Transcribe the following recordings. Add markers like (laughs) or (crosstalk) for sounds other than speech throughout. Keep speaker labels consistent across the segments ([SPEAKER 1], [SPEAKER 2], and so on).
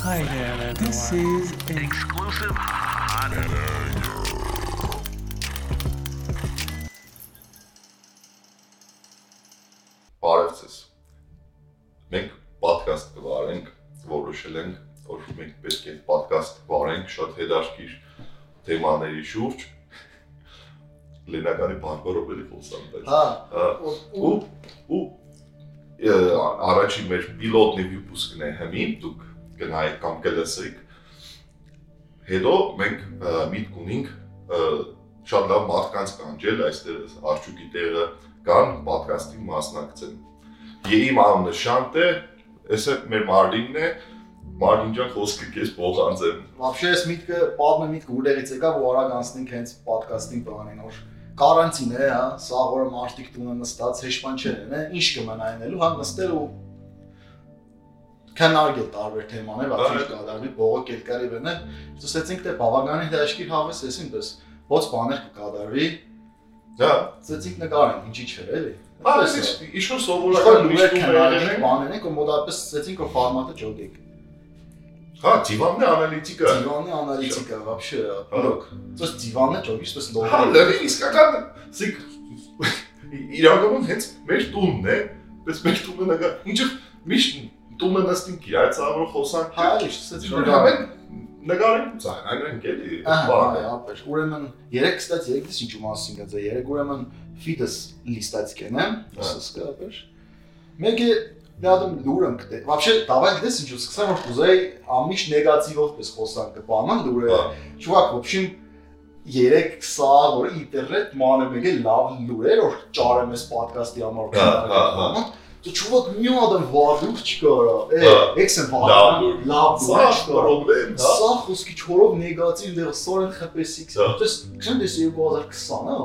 [SPEAKER 1] Hi there, everyone.
[SPEAKER 2] This is a
[SPEAKER 3] Exclusive hot
[SPEAKER 4] Բարև ձեզ։ Մենք podcast կվարենք, որոշել ենք, որ մենք պետք է podcast վարենք շատ հետաքրքիր թեմաների շուրջ։ Լենագանի բարբարով էլի խոսամ բայց։
[SPEAKER 5] Հա,
[SPEAKER 4] Ա,
[SPEAKER 5] ու-
[SPEAKER 4] ու ու ը, առաջին մեր պիլոտնի վիպուսկն է հմին, դուք գնայեք կամ կլսեք։ Հետո մենք ը, միտք ունենք ը, շատ լավ մարդկանց կանջել այստեղ արջուկի տեղը կան պատկաստի մասնակցեն։ Իմ անունը Շանտ է, ესა մեր Մարտինն է։ Մարտին ջան խոսքը քեզ փոխանցեմ։
[SPEAKER 5] Вообще ես միտքը պատմը միտքը ուղերից եկա, որ արագ անցնենք հենց պոդքասթին բանին օր։ Կարանտին է, հա, սա որը մարտիկ տունը նստած հեշման չեն, հա, ինչ կմնա այնելու, հա, նստել ու քննարկել տարբեր թեմաներ,
[SPEAKER 4] Բա-
[SPEAKER 5] ապիշ կդարվի բողոք երկարի բնը։ Ցուցեցինք թե բավականին դաշքի հավես էս ինքս ոչ բաներ կկդարվի,
[SPEAKER 4] Դա,
[SPEAKER 5] ցուցեցինք նկարեն, ինչի՞ չէ, էլի։
[SPEAKER 4] Հա, այս ինչ-որ
[SPEAKER 5] Ուրախ
[SPEAKER 4] սովորական
[SPEAKER 5] Հա,
[SPEAKER 4] միշտ
[SPEAKER 5] լուրեր
[SPEAKER 4] ու
[SPEAKER 5] քննարկել
[SPEAKER 4] վերելենք։
[SPEAKER 5] բաներ են, ու մոտապես ցուցեցինք որ ֆորմատը ճոգեք։
[SPEAKER 4] Հա, դիվանն է Հա, անալիտիկա։
[SPEAKER 5] Диванный аналитика вообще.
[SPEAKER 4] А.
[SPEAKER 5] Урок. То есть диванный ճոգի, что есть
[SPEAKER 4] Հա,
[SPEAKER 5] լոբի։
[SPEAKER 4] լրի իսկական սիկ իրականում հենց մեր տունն է, բայց մեր տունը նա ինչի միշտ տունը նստին իրաց ավր խոսանք։
[SPEAKER 5] Հա,
[SPEAKER 4] Բայց
[SPEAKER 5] իսկ սա
[SPEAKER 4] շնորհակալ եմ նկարենք ցան, այն ընկելի
[SPEAKER 5] Ահա,
[SPEAKER 4] բան է։
[SPEAKER 5] ապեր։ Ուրեմն երեք ստաց երեք դից ինչու մասին գա ձեր երեք ուրեմն ֆիտես լիստաց կենեմ, հա, ասես կա ապեր։ Մեկը դադում լուրն կտե։ Вообще, давай դես ինչու սկսեմ որ կուզեի ամիշ նեգատիվով պես խոսանք բաման լուրը։
[SPEAKER 4] Հա։
[SPEAKER 5] Չուակ, вообще երեք սա որ ինտերնետ մանը մեկ է լավ լուրեր որ ճարեմ էս պոդքասթի համար
[SPEAKER 4] Հա, հա, հա։
[SPEAKER 5] Ты чувак մի адам վարդուք չկարա։ Է,
[SPEAKER 4] Հա։
[SPEAKER 5] էքսեն
[SPEAKER 4] Լավ
[SPEAKER 5] վարդու։
[SPEAKER 4] լուր։
[SPEAKER 5] Լավ
[SPEAKER 4] Սա
[SPEAKER 5] լուրեր չկարա։
[SPEAKER 4] պրոբլեմ, հա։
[SPEAKER 5] Սա խոսքի 4-ով նեգատիվ դեր Սորեն Խպեսիքս։
[SPEAKER 4] Դա։
[SPEAKER 5] Դες քննես 2020-ը,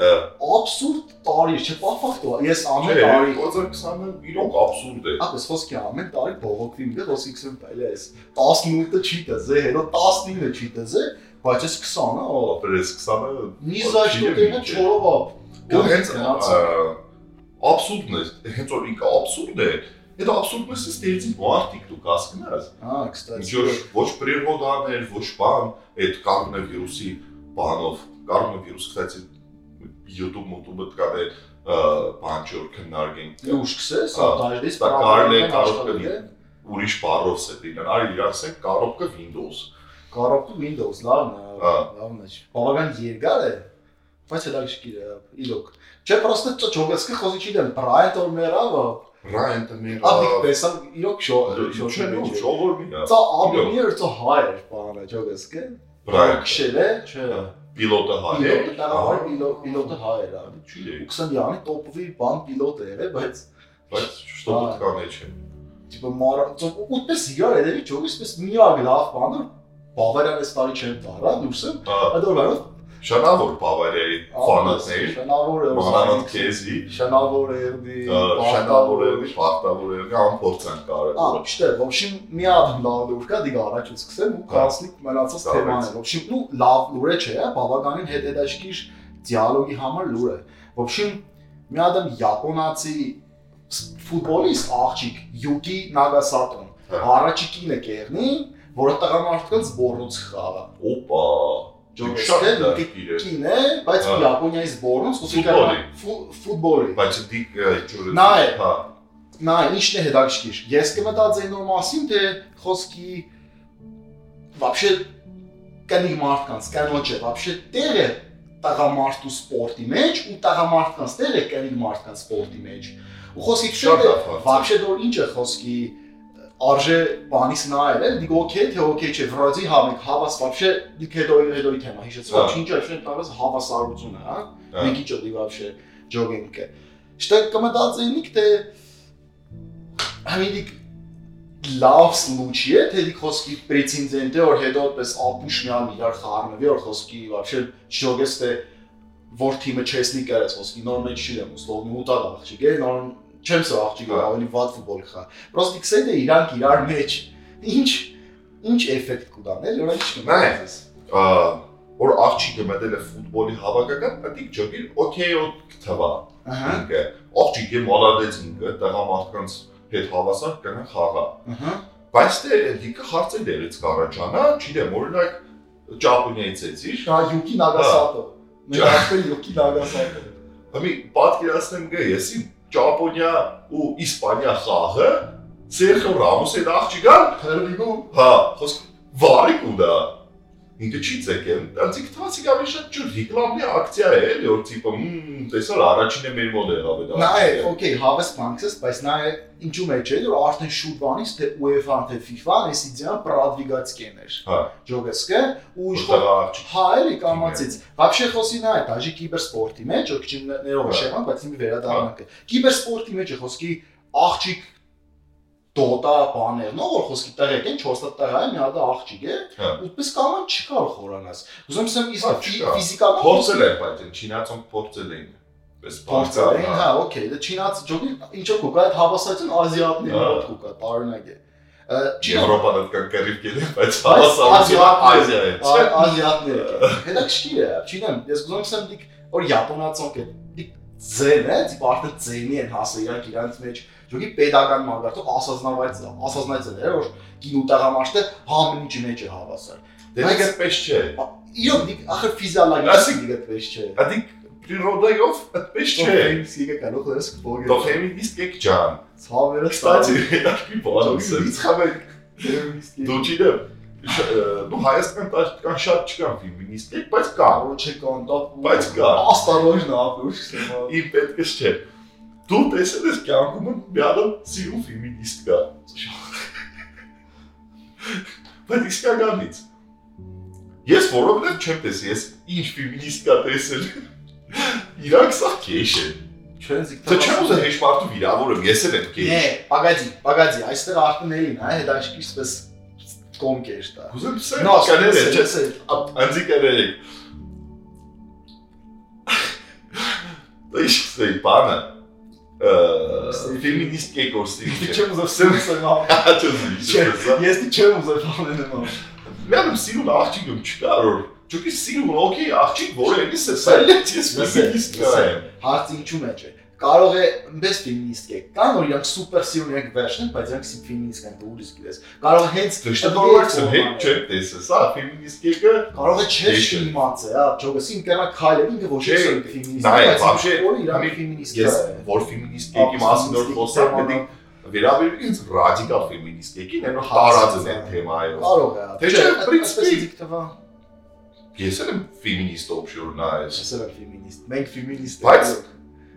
[SPEAKER 4] Հա։
[SPEAKER 5] աբսուրդ տարի չէ, փաֆակտո։ Ես ամեն
[SPEAKER 4] Չէ,
[SPEAKER 5] տարի
[SPEAKER 4] 2020-ը իրոք աբսուրդ է։
[SPEAKER 5] Ապես խոսքի ամեն տարի բողոքվի մի խոսի 20 տալի էս։ 18-ը չի դեզե, հետո 19-ը չի դեզե, բայց ես հա։ 20-ը ա,
[SPEAKER 4] Ապրես 20-ը
[SPEAKER 5] մի զաշտոտենը 4-ով ա։
[SPEAKER 4] Ու հենց
[SPEAKER 5] գնաց։
[SPEAKER 4] ա, աբսուրդն է, հենց որ ինքը աբսուրդ է, այդ աբսուրդը ստերեցի մարդիկ դու հասկանաս։
[SPEAKER 5] Հա, կստացի։
[SPEAKER 4] Ինչոր ոչ պրիռոդաներ, ոչ բան, այդ կորոնավիրուսի բանով, կորոնավիրուս, кстати, YouTube մոտումը դկավ է ա, բան չոր քննարկենք։
[SPEAKER 5] լուշ կսես,
[SPEAKER 4] Հա,
[SPEAKER 5] դաժդես
[SPEAKER 4] սա կարելի է, կարող կլինի։ Ուրիշ բառով սա դինան, արի իրացեք կարոպկը Windows։
[SPEAKER 5] Կարապտու Windows լավն է,
[SPEAKER 4] Հա։
[SPEAKER 5] լավն է։ Բավական երկար է, բայց հետա շկիր իրոք։ Չէ, պրոստը ճոգեսկի խոսի չի դեմ, Brian Tormerava,
[SPEAKER 4] Ռայն տմեր։
[SPEAKER 5] ապիկ պեսա իրոք շո շո շո շո։
[SPEAKER 4] շողորմի։
[SPEAKER 5] Ծա աբինի էր ծա հայր բանը ճոգեսկի։
[SPEAKER 4] Ռայն
[SPEAKER 5] Քշել է, չէ։
[SPEAKER 4] պիլոտը հայ է։
[SPEAKER 5] Պիլոտը դարավար պիլոտը հայր է։
[SPEAKER 4] չի է։
[SPEAKER 5] 20-յանի տոպվի բան պիլոտ է
[SPEAKER 4] Բայց
[SPEAKER 5] եղել, բայց
[SPEAKER 4] что
[SPEAKER 5] Հա։
[SPEAKER 4] тут конечно։
[SPEAKER 5] տիպը մարա, ծո ուտպես իգար է դերի ճոգեսպես միակ լավ բանը Բավարիան էս տարի չեմ տարա, դուրսը։
[SPEAKER 4] Հա,
[SPEAKER 5] Այդ օրվանով
[SPEAKER 4] Շնորհավոր Բավարիայի ֆանատներ,
[SPEAKER 5] Շնորհավոր եմ։
[SPEAKER 4] մանավանդ քեզի։
[SPEAKER 5] Շնորհավոր եմ։
[SPEAKER 4] շնորհավորելի, բախտավորելի ամփորձան
[SPEAKER 5] Ա,
[SPEAKER 4] կարևոր։
[SPEAKER 5] չէ, ոբշին մի ադմ լավ լուր կա, դիգ առաջ սկսեմ ու կանցնիկ մնացած
[SPEAKER 4] Կարևոր։
[SPEAKER 5] թեման է։ Ոբշին, նու լավ լուրը չէ, հա, բավականին հետեդաշկիր դիալոգի համար լուր է։ Ոբշին մի ադմ յապոնացի ս- ֆուտբոլիստ աղջիկ Յուկի Նագասատոն
[SPEAKER 4] Հա։
[SPEAKER 5] առաջիկին է կերնի, որը տղամարդկանց բորոց խաղա։
[SPEAKER 4] Օպա։
[SPEAKER 5] Ջոկես
[SPEAKER 4] Շատ
[SPEAKER 5] Կեն,
[SPEAKER 4] լավ
[SPEAKER 5] դի-
[SPEAKER 4] գիրը։
[SPEAKER 5] Կին է, բայց
[SPEAKER 4] Հա։
[SPEAKER 5] Японիայից բորոց, ոսի կարա
[SPEAKER 4] Ֆուտբոլի։
[SPEAKER 5] ֆուտբոլի։
[SPEAKER 4] Բայց դիք ճուրը։
[SPEAKER 5] Նա է։
[SPEAKER 4] Հա։
[SPEAKER 5] նա ի՞նչն է հետաքրքիր։ Ես կմտածեի նոր մասին, թե խոսքի вообще կանի մարդկանց կանոջը вообще տեղը տղամարդու սպորտի մեջ ու տղամարդկանց տեղը կանի մարդկանց սպորտի մեջ։ Ու խոսքի
[SPEAKER 4] Շատ
[SPEAKER 5] չէ
[SPEAKER 4] լավ հարց է։
[SPEAKER 5] вообще դոր ինչ է խոսքի արժե բանից նայել էլ դիգ օքեյ թե օքեյ չէ վրոդի հավեք հավաս вообще դիք հետո հետոյի թեմա հիշեցրու
[SPEAKER 4] Հա.
[SPEAKER 5] ինչա չէ տալիս հավասարությունը հա
[SPEAKER 4] Հա։
[SPEAKER 5] մի քիչ դի вообще ջոգինգը Շտե կմտածենիք թե համիդիկ լավ случай է թե դիք խոսքի պրեցիդենտը որ հետո այդպես ապուշ միան իրար խառնվի որ խոսքի вообще շոգես թե որ թիմը չեսնի կարես խոսքի նոր մեջ չի դեմ ուստով մուտա աղջիկ է նոր չեմ սա աղջիկը
[SPEAKER 4] Հա.
[SPEAKER 5] ավելի վատ ֆուտբոլ խա պրոստի քսեդ է իրանք իրար մեջ ինչ ինչ էֆեկտ կուտան էլ որ ինչ
[SPEAKER 4] Նայ,
[SPEAKER 5] կմտածես
[SPEAKER 4] Ա, որ աղջիկը մտել է ֆուտբոլի հավաքական, դա դիք ճոգիր, օքեյ օ թվա։
[SPEAKER 5] ահա
[SPEAKER 4] Ինքը աղջիկը մոլադեց ինքը, տղամարդկանց հետ հավասար կնա խաղա։
[SPEAKER 5] ահա
[SPEAKER 4] Բայց դե լիքը հարցեր դերից կառաջանա, դե չգիտեմ, օրինակ Ճապոնիայից էցիր,
[SPEAKER 5] Շա Յուկի Նագասատո։ Մենք ասել Յուկի Նագասատո։
[SPEAKER 4] Հիմի պատկերացնեմ գա, եսի Ճապոնիա ու Իսպանիա խաղը Սերխիո Ռամոսը այդ աղջիկան,
[SPEAKER 5] Քերվիգու
[SPEAKER 4] հա, խոսք վարի կուտա։ Ինքը չի ցեկեն, դրանցիկ թվացի գավի շատ ջուր ռեկլամնի ակցիա է, էլի, որ տիպը, մմ, տեսար առաջինը մեր մոտ եղավ այդ
[SPEAKER 5] Նա է,
[SPEAKER 4] ակցիան։
[SPEAKER 5] օքեյ, հավես բանկս, բայց նա է ինչու մեջ է, որ արդեն շուտ բանից թե UEFA-ն թե FIFA-ն էս իդեան պրադվիգացկեն էր։
[SPEAKER 4] Հա,
[SPEAKER 5] Ջոգեսկը ու իշխող
[SPEAKER 4] ուշտեղ աղջիկ։
[SPEAKER 5] հա էլի կամացից։ Вообще խոսի նա է, դաժի կիբերսպորտի մեջ, օ քիչ ներող
[SPEAKER 4] Հա.
[SPEAKER 5] շեման, բայց ինքը վերադառնանք։ Կիբերսպորտի մեջ է խոսքի աղջիկ դոտա բաներ, նո որ խոսքի տեղեկ են 4 հատ տեղ է, մի հատ աղջիկ է,
[SPEAKER 4] Հա։
[SPEAKER 5] ուտպես կաման չկար խորանաս։ Ուզում եմ
[SPEAKER 4] Հա,
[SPEAKER 5] իսկ
[SPEAKER 4] չկա։
[SPEAKER 5] ֆի- ֆիզիկական
[SPEAKER 4] Փորձել են, բայց են չինացոն փորձել են։ Պես
[SPEAKER 5] Փորձել էին, հա, օքեյ, դա չինաց ջոգի ինչո՞վ կուկա այդ հավասարություն ազիատների
[SPEAKER 4] Հա.
[SPEAKER 5] մոտ կուկա, տարօրինակ է։ Ա, չի-
[SPEAKER 4] Եվրոպան դեռ կերիվ կերիվ, բայց
[SPEAKER 5] Բայց
[SPEAKER 4] հավասարությունը
[SPEAKER 5] Ազիա-
[SPEAKER 4] Ազիա է։
[SPEAKER 5] Ա- Ազիատներ։ կա։ Հետաքրքիր է, չինեմ, ես գուզում եմ ասեմ, դիք որ Япоնացոնք է, դիք ձեն է, դիք արդեն ձենի են հասել իրանք իրանք մեջ։ Ջոգի pedagogan մարգարտով ասազնավայց ասազնայցել էր, որ գինուտաղամաշտը համնիջ մեջ է հավասար։
[SPEAKER 4] Դե դա պես չէ։
[SPEAKER 5] Իրոք դիք ախր ֆիզիոլոգիական դիք այդպես չէ։
[SPEAKER 4] Ադիկ Природայով այդպես չէ։
[SPEAKER 5] Սիգա կարող ես փողել։
[SPEAKER 4] Doch feminist կեք ջան։
[SPEAKER 5] ցավերը
[SPEAKER 4] Кстати, я ж не
[SPEAKER 5] ծավալը։
[SPEAKER 4] балансен.
[SPEAKER 5] Ծավալը։ Ծավալը։
[SPEAKER 4] Դու չիդեմ։ Ну, հայաստան տակ- կան շատ չկան ֆեմինիստներ, բայց կան։
[SPEAKER 5] Короче, կոնտակտ։
[SPEAKER 4] Բայց կա։
[SPEAKER 5] Осторожно, ապրուշ։
[SPEAKER 4] Իմ պետքս չէ։ Դու տեսել ես կյանքում մի ադամ սիրուն ֆեմինիստ կա։ Բայց իսկականից։ Ես որովհետև չեմ տեսել, ես ինչ ֆեմինիստ կա տեսել։ Իրանք սա քեշ է։
[SPEAKER 5] Չենզիկ
[SPEAKER 4] Դա չեմ ուզել հեշտարտու վիրավորեմ, ես էլ եմ
[SPEAKER 5] Նե,
[SPEAKER 4] քեշ։
[SPEAKER 5] погоди, погоди, այստեղ արդեն էլին, հա, հետաշկի սպես կոմկեր տա։
[SPEAKER 4] Ուզեմ սա կաներ է, չես։ Անձիկերերիկ։ Դիշ սեյ բանը։ Ա ֆեմինիստ կեգորստի։
[SPEAKER 5] դե Չեմ ուզել սենսն ա։
[SPEAKER 4] Հաճույք։
[SPEAKER 5] Ես դի չեմ ուզել անել նա։
[SPEAKER 4] Մերում սիրուն աղջիկում չկա որ ճուկի սիրուն օքեյ աղջիկ որը էլիս է սա լեցիս ֆեմինիստ կա։
[SPEAKER 5] Հարցը ինչու մեջ է։ Կարող է մեծ ֆեմինիստ կեք, կան որ իրանք սուպեր սիրուն եք վերջն, բայց իրանք սի ֆեմինիստ են, դու ուրիշ գիտես։ Կարող է հենց
[SPEAKER 4] Դժտը նորմալս է, հետ չեք տեսը, սա ֆեմինիստ կեգը։
[SPEAKER 5] Կարող է չես
[SPEAKER 4] Չէ, չէ։
[SPEAKER 5] իմացել, հա, ճոգս ինքնա քայլը ինքը ոչ
[SPEAKER 4] Չէ,
[SPEAKER 5] թե ֆեմինիստ,
[SPEAKER 4] նա է,
[SPEAKER 5] բայց
[SPEAKER 4] բաբշե,
[SPEAKER 5] որը իրան
[SPEAKER 4] մի-
[SPEAKER 5] ֆեմինիստ
[SPEAKER 4] Ես
[SPEAKER 5] է։
[SPEAKER 4] որ ֆեմինիստ կեգի մասին որ խոսանք, պետք վերաբերվում ինձ ռադիկալ ֆեմինիստ կեգին, այն տարածն է թեմայով։
[SPEAKER 5] Կարող է։
[SPEAKER 4] Թե չէ, պրինցիպի։
[SPEAKER 5] դիկտվա։
[SPEAKER 4] Ես էլ եմ ֆեմինիստ օբշյուր նայես։
[SPEAKER 5] Ես եմ ֆեմինիստ։ Մենք ֆեմինիստ
[SPEAKER 4] Բայց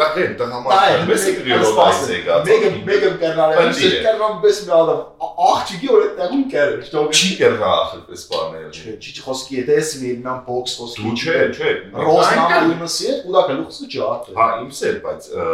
[SPEAKER 4] Տաղեն տղամարդը մեծ է գրիովայս է գա։
[SPEAKER 5] Մեգը մեգը կերնարը,
[SPEAKER 4] Բնդի է։
[SPEAKER 5] շերկերնան բես մի ադամ, աղջիկի որ այդ տեղում կեր, շտոգ։
[SPEAKER 4] չի կերնա ախպես բաները։
[SPEAKER 5] Չէ, չի խոսքի եթե ես մի մամ բոքս խոսքի։
[SPEAKER 4] Դու չէ, չէ։
[SPEAKER 5] Ռոզնան իմսի է, ու դա գլուխս ջարդ է։
[SPEAKER 4] Հա, իմս է, բայց ը,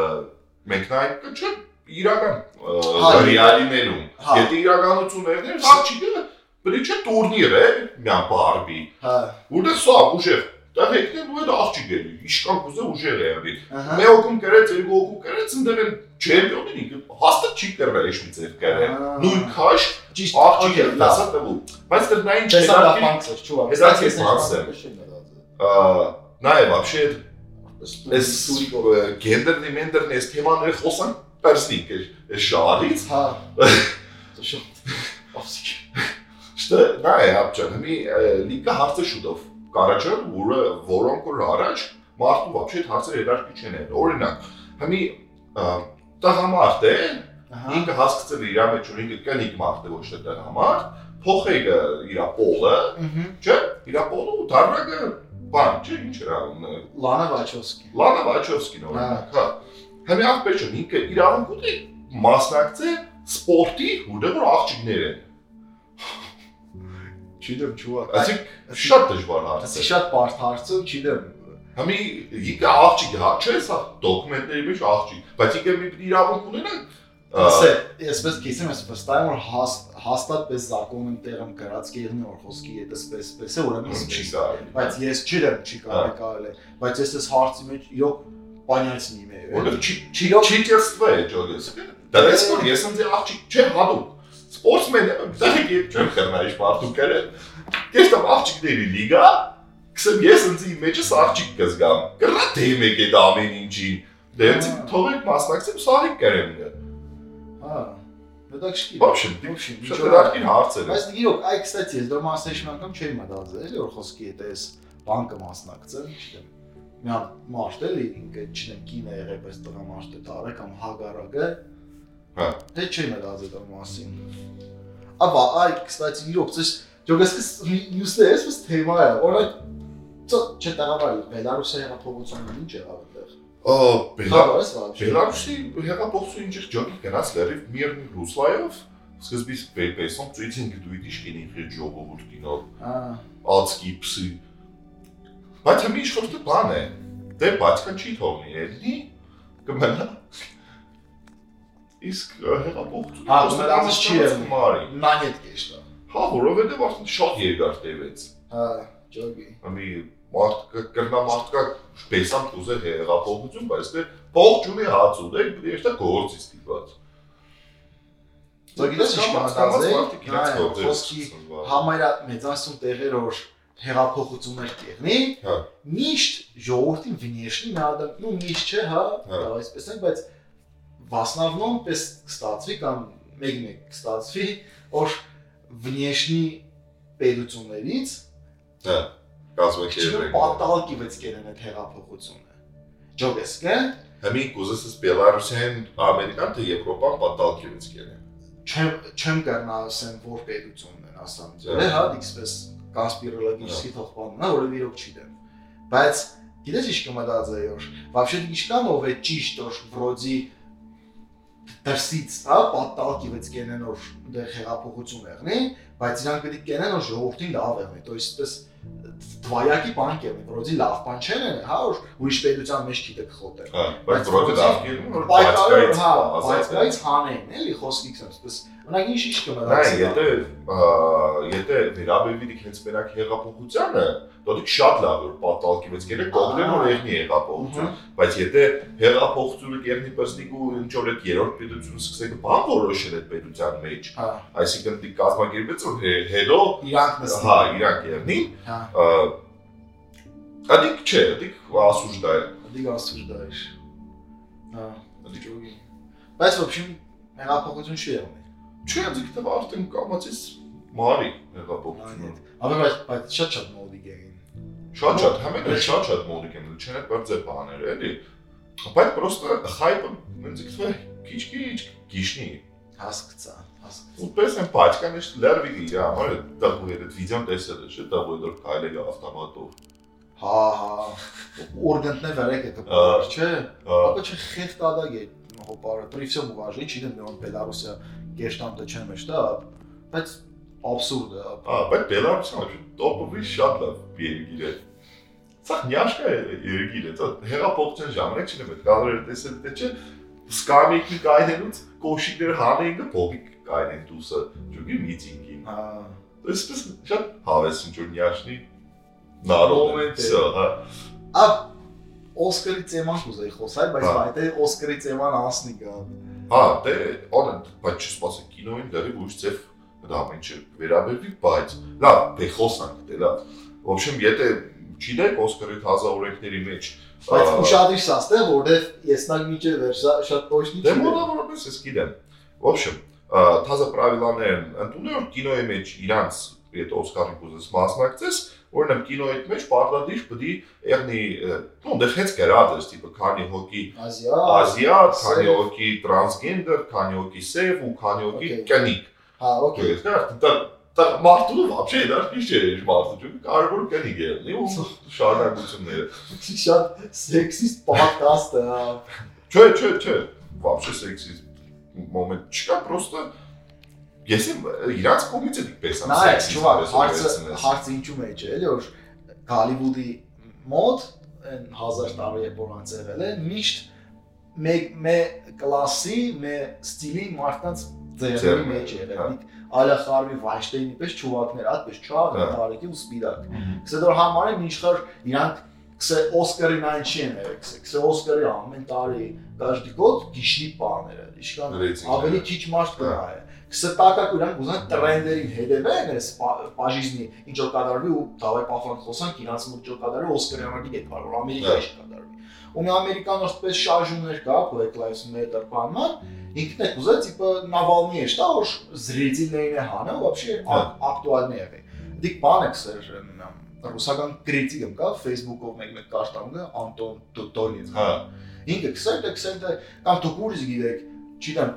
[SPEAKER 4] մենք նայենք չէ իրական ը,
[SPEAKER 5] Հա,
[SPEAKER 4] ռեալիներում։
[SPEAKER 5] հա։
[SPEAKER 4] Եթե իրականություններն էր, աղջիկը բրիչը տուրնիր է, միա բարբի։
[SPEAKER 5] Հա։
[SPEAKER 4] Որտե՞ղ սա ուժեղ։ Դա հեկնել ու այդ աղջիկ էր։ Իշքան կուզե ուժեղ է եղել։
[SPEAKER 5] Ահա։
[SPEAKER 4] Մեկ օկում գրեց, երկու օկում գրեց, ընդեղ էլ չեմպիոնին ինքը հաստատ չի կերվել այս մի ձև կերել։
[SPEAKER 5] Ահա։
[SPEAKER 4] Նույն քաշ
[SPEAKER 5] Ճիշտ,
[SPEAKER 4] աղջիկ էր
[SPEAKER 5] օքեյ, լավ։
[SPEAKER 4] դասը տվու։ Բայց դեռ նա ինչ
[SPEAKER 5] Տեսա դա
[SPEAKER 4] չնարկի,
[SPEAKER 5] բանկս, չուա։
[SPEAKER 4] Ես այս ես բանսեմ։ ա, նա է вообще այս ը, գենդերնի մենդերնի այս թեմաները խոսան պերստիկ է այս շարից։
[SPEAKER 5] Հա։
[SPEAKER 4] Շտը նա է հապճան, մի ը, լիքը հարցը շուտով կարաչան, որը որոնք որ առաջ մարդու вообще հարցերը երաշտի չեն ել։ Օրինակ, հիմի տղամարդ է,
[SPEAKER 5] Ահա։
[SPEAKER 4] ինքը հասկացել է իր մեջ որ ինքը կնիկ մարդը ոչ թե դրա համար փոխել է իր պոլը
[SPEAKER 5] Ահա։
[SPEAKER 4] չէ իր պոլը ու դառնա բան չէ ինչ էր անում ը,
[SPEAKER 5] Լանա Վաչովսկի։
[SPEAKER 4] լանա վաչովսկին օրինակ հա հիմա ախպեջն ինքը իրավունք ունի մասնակցել սպորտի որտեղ որ աղջիկներ են
[SPEAKER 5] Չիդեմ, չուա։
[SPEAKER 4] այսինքն շատ դժվար հարց
[SPEAKER 5] Դա
[SPEAKER 4] է
[SPEAKER 5] շատ բարդ հարց է, չիդեմ։
[SPEAKER 4] հիմա ինքը աղջիկ հա չէ սա դոկումենտների մեջ աղջիկ բայց ինքը մի իրավունք ունենա ը,
[SPEAKER 5] Ասե, ես պես քեսեմ, ես պես տայմ որ հաս- հաստատ պես законն տեղում գրած կերնի որ խոսքի հետ էսպես պես է, ուրեմն
[SPEAKER 4] չի
[SPEAKER 5] ինչի՞։
[SPEAKER 4] կարելի։
[SPEAKER 5] Բայց ես չեմ չի կարելի կարել, բայց ես ես հարցի մեջ իրոք բանյալս նիմե։
[SPEAKER 4] Որը չի
[SPEAKER 5] Չի իրոք
[SPEAKER 4] չի կերստվե ջոգես։ Դա դες որ ես ինձ աղջիկ չեմ հատում։ Սպորտսմեն եմ, դեռ եք չեմ քննայի շարտուկերը։ Կեստա աղջիկների լիգա, քսեմ ես ինձ մեջս աղջիկ կզգամ։ Գրա դեմ եք այդ ամեն ինչին։ Դե ինձ թողեք մասնակցեմ սարիկ կերեմ։
[SPEAKER 5] հա։ Մտածքի։
[SPEAKER 4] Вообще, շատ դարքին հարցեր է։
[SPEAKER 5] Բայց իրոք, այ կստացի, ես դեռ մասնաշին անգամ չեմ մտածել, էլի որ խոսքի հետ էս բանկը մասնակցել, չգիտեմ։ Մի հատ մարդ էլի, ինքը չնեմ կին է եղել, բայց տղամարդ է տարը կամ հագարակը։
[SPEAKER 4] Հա։
[SPEAKER 5] Դե չեմ մտածել դա մասին։ Աբա, այ կստացի, իրոք, ես ճոգեսս նյուսը էս ես թեմա է, օրը ծո չտաղավարի Բելարուսի հեղափոխությունը ինչ եղավ այդտեղ։
[SPEAKER 4] Օ, բելա
[SPEAKER 5] Խաբար ես բավարար։
[SPEAKER 4] Հա, Բելարուսի հեղափոխությունը ինչեր ջոկի գնաց լերիվ միերնի Ռուսլայով սկզբից ՊՊՍ-ում ծույցին գդուի դիշկին ինքը ժողովուրդինով
[SPEAKER 5] Հա։
[SPEAKER 4] ածկի փսի։ Բայց հիմա ինչ խոսքը բան է։ Դե բացկա չի թողնի, էլի կմնա։ Իսկ ը, հեղափոխությունը
[SPEAKER 5] Հա,
[SPEAKER 4] խոսքը
[SPEAKER 5] մնացած
[SPEAKER 4] ամս
[SPEAKER 5] չի եղել։
[SPEAKER 4] մարի։
[SPEAKER 5] Նանյետ կեշտա։
[SPEAKER 4] Հա, որովհետև արդեն շատ երկար տևեց։
[SPEAKER 5] Հա, ճոգի։
[SPEAKER 4] Ամի մարդ կգնա մարդկա պեսամ կուզե հեղափոխություն, բայց դե ողջ ունի հաց ու դե դեշտա գործից դիված։
[SPEAKER 5] Դա Դե
[SPEAKER 4] Դե
[SPEAKER 5] գիտես ինչ մտածել, նայ, խոսքի
[SPEAKER 4] հա
[SPEAKER 5] համարյա մեծացում տեղեր որ հեղափոխություններ կերնի,
[SPEAKER 4] Հա։
[SPEAKER 5] միշտ ժողովրդին վնեշնի նադը, ну միշտ չէ, հա,
[SPEAKER 4] Հա։
[SPEAKER 5] դա այսպես է, բայց վասնավնում պես կստացվի կամ մեկն է կստացվի, որ վնեշնի պետություններից
[SPEAKER 4] հա կազմեք
[SPEAKER 5] քիչ պատալքի վեց կերեն այդ հեղափոխությունը։ Ջոգեսկը
[SPEAKER 4] Հմի կուզես ես Բելարուսեն, Ամերիկան թե Եվրոպան պատալքից գերեն։
[SPEAKER 5] չեմ չեմ կարնա ասեմ որ պետությունն են ասամ
[SPEAKER 4] Հա։
[SPEAKER 5] դե հա դիքսպես կասպիրոլոգիչի թողբանն է որը իրոք չիտեմ բայց գիտես ինչ կմտածեի որ вообще ինչքան ով է ճիշտ որ վրոդի դրսից հա պատտալքի վեց կենեն որ դե հեղափոխություն եղնի բայց իրանք պետք կենեն որ ժողովրդին լավ եղնի то есть պես դվայակի բան կերնի վրոդի լավ բան չեն եղել, հա որ ուրիշ պետության մեջ չիտեք խոտել
[SPEAKER 4] Հա, բայց որը դավքին որ
[SPEAKER 5] պայքարը հա
[SPEAKER 4] ասած։
[SPEAKER 5] պայքարից հանեն էլի խոսքից ասես մնակ ինչ ինչ
[SPEAKER 4] Դա
[SPEAKER 5] կմնաց
[SPEAKER 4] եթե ա, եթե վերաբերվի հենց մենակ հեղափոխությանը, դա դուք շատ լավ որ պատալքից գերեն կողնեն որ եղնի հեղափոխություն, բայց եթե հեղափոխությունը գերնի պստիկ ու ինչ որ այդ երրորդ պետությունը սկսեք բան որոշել այդ պետության մեջ,
[SPEAKER 5] հա
[SPEAKER 4] այսինքն դի կազմակերպեց որ հե- հետո
[SPEAKER 5] իրանք
[SPEAKER 4] հա
[SPEAKER 5] նստան
[SPEAKER 4] իրակ եղնի
[SPEAKER 5] հա
[SPEAKER 4] Адик չէ, адик ասուժդայ։
[SPEAKER 5] դիգ ասուժդայիշ հա դիգ բայց вообще հեղափոխություն չի եղել
[SPEAKER 4] Չէ, адик դա արդեն կամացից մարի հեղափոխությունը։
[SPEAKER 5] ապա բայց բայց շատ շատ մոդի գերին
[SPEAKER 4] Շատ շատ համեն էլ շատ շատ մոդիկ են, չեն այդ բարձր բաներ էլի։ Բայց просто хайпը ինձ գտվե քիչ-քիչ գիշնի։
[SPEAKER 5] հասկացա հասկացա
[SPEAKER 4] Ուրպես են բաճկան էս լարվի իրա, հորը դա գույը դա վիդեոն տեսել է, չէ՞, դա գույը դոր քայլել է ավտոմատով։
[SPEAKER 5] հա հա օրգանտներ վարեք է
[SPEAKER 4] Ա,
[SPEAKER 5] դու չէ
[SPEAKER 4] Ա,
[SPEAKER 5] Ապա չէ խեղ տադագ է հոպարը։ При всем уважении, չգիտեմ, որ Բելարուսը գեշտամտը չեմ աշտա, բայց абսուրդ է։ ապա,
[SPEAKER 4] Ա, բայց դե Բելարուսը տոպովի շատ լավ երկիր է։ Սա նյաշկա երկիր է, դա հերապողջան ժամանակ չեմ այդ գալերը տեսել դե չէ։ Սկամիկի գայնելուց կոշիկներ հանեն ու փողիկ գայնեն դուսը ճուգի միտինգին։
[SPEAKER 5] Հա։
[SPEAKER 4] Այսպես շատ հավես ինչ որ նյաշնի նարոդ է։
[SPEAKER 5] Մոմենտ է։
[SPEAKER 4] Սա, հա,
[SPEAKER 5] Ա Օսկարի ծեման կուզեի խոսալ, բայց
[SPEAKER 4] Հա։
[SPEAKER 5] այդ է Օսկարի ծեման անցնի գա։
[SPEAKER 4] հա, դե օրենդ, բայց չսպասի կինոին դեռ ոչ ծեփ դա ամեն ինչ վերաբերվի, բայց լավ, դե խոսանք, դե լավ։ Ոբշեմ, եթե չիդեք Օսկարի թազա օրենքների մեջ
[SPEAKER 5] Բայց
[SPEAKER 4] ա,
[SPEAKER 5] ուշադրիր սաստե, որովհետև եսնակ միջև էր, սա շատ ոչնի
[SPEAKER 4] Դե մոտավորապես ես գիտեմ։ Вообще, таза правилаներն ընդունել որ կինոյի մեջ իրանց այդ Օսկարի կուզես մասնակցես, օրինակ կինոյի մեջ պարտադիր պետք է եղնի, ը, նո, դե հենց գրած, տիպը քանի հոգի
[SPEAKER 5] Ազիա։
[SPEAKER 4] ազիատ, քանի
[SPEAKER 5] սև։
[SPEAKER 4] հոգի տրանսգենդեր, քանի հոգի սև ու քանի հոգի
[SPEAKER 5] Okay.
[SPEAKER 4] կնիկ։
[SPEAKER 5] Հա, օքեյ։
[SPEAKER 4] Ես դա դա դա մարդու вообще դա ճիշտ չէ, ինչ մարդու ճիշտ, կարևոր կնիկ է, լի ու շարունակությունները։
[SPEAKER 5] (laughs) Շատ սեքսիստ պոդքաստ է։ հա։
[SPEAKER 4] Չէ, չէ, չէ։ Вообще սեքսիզմ մոմենտ չկա, просто ես եմ իրանց կողմից եմ պես
[SPEAKER 5] Նա է, ճուվակ, հարցը հարցը ինչու մեջ է, էլի որ Հալիվուդի մոտ այն 1000 տարի է որ անցել է, միշտ մե մե կլասի, մե ստիլի մարդկանց ձեռի
[SPEAKER 4] Ձեռի մեջ,
[SPEAKER 5] մեջ եղել։
[SPEAKER 4] հա։
[SPEAKER 5] Դիք Ալա Խարմի Վայնշտեյնի պես ճուվակներ, այդպես չաղ,
[SPEAKER 4] Հա.
[SPEAKER 5] տարեկի ու սպիրակ։ Կսե դեռ համար են ինչքան իրանք կսե Օսկարի 9 չեն երեքսե։ Կսե Օսկարի ամեն տարի каждый год գիշի բաներ է։ Իշքան
[SPEAKER 4] Ռեյտինգ,
[SPEAKER 5] ավելի
[SPEAKER 4] հա։
[SPEAKER 5] քիչ մարդ կնա է։ Կսե տակակ իրանք ուզան տրենդերին հետևեն այս պա- բաժիզնի ինչ որ կատարվի ու դավայ պահան խոսանք իրանց մոտ ինչ որ կատարվի Օսկարի համար դիք կար,
[SPEAKER 4] Հա։
[SPEAKER 5] որ Ամերիկայի չի կատարվի։ Ու մի ամերիկանոց շարժումներ կա Black Lives Matter բանը, ինքն է ուզել տիպը նավալնի է, շտա որ զրիծիներին է հանը, вообще
[SPEAKER 4] Հա։
[SPEAKER 5] ակտուալն է եղել։ Դիք բան է կսեր մնամ ռուսական քրիտիկը կա Facebook-ով մեկ-մեկ կարտանուկը Անտոն Տոտոնից։
[SPEAKER 4] Հա,
[SPEAKER 5] Ինքը քսել է, քսել է, կամ դուք ուրիշ գիտեք, չիտեմ,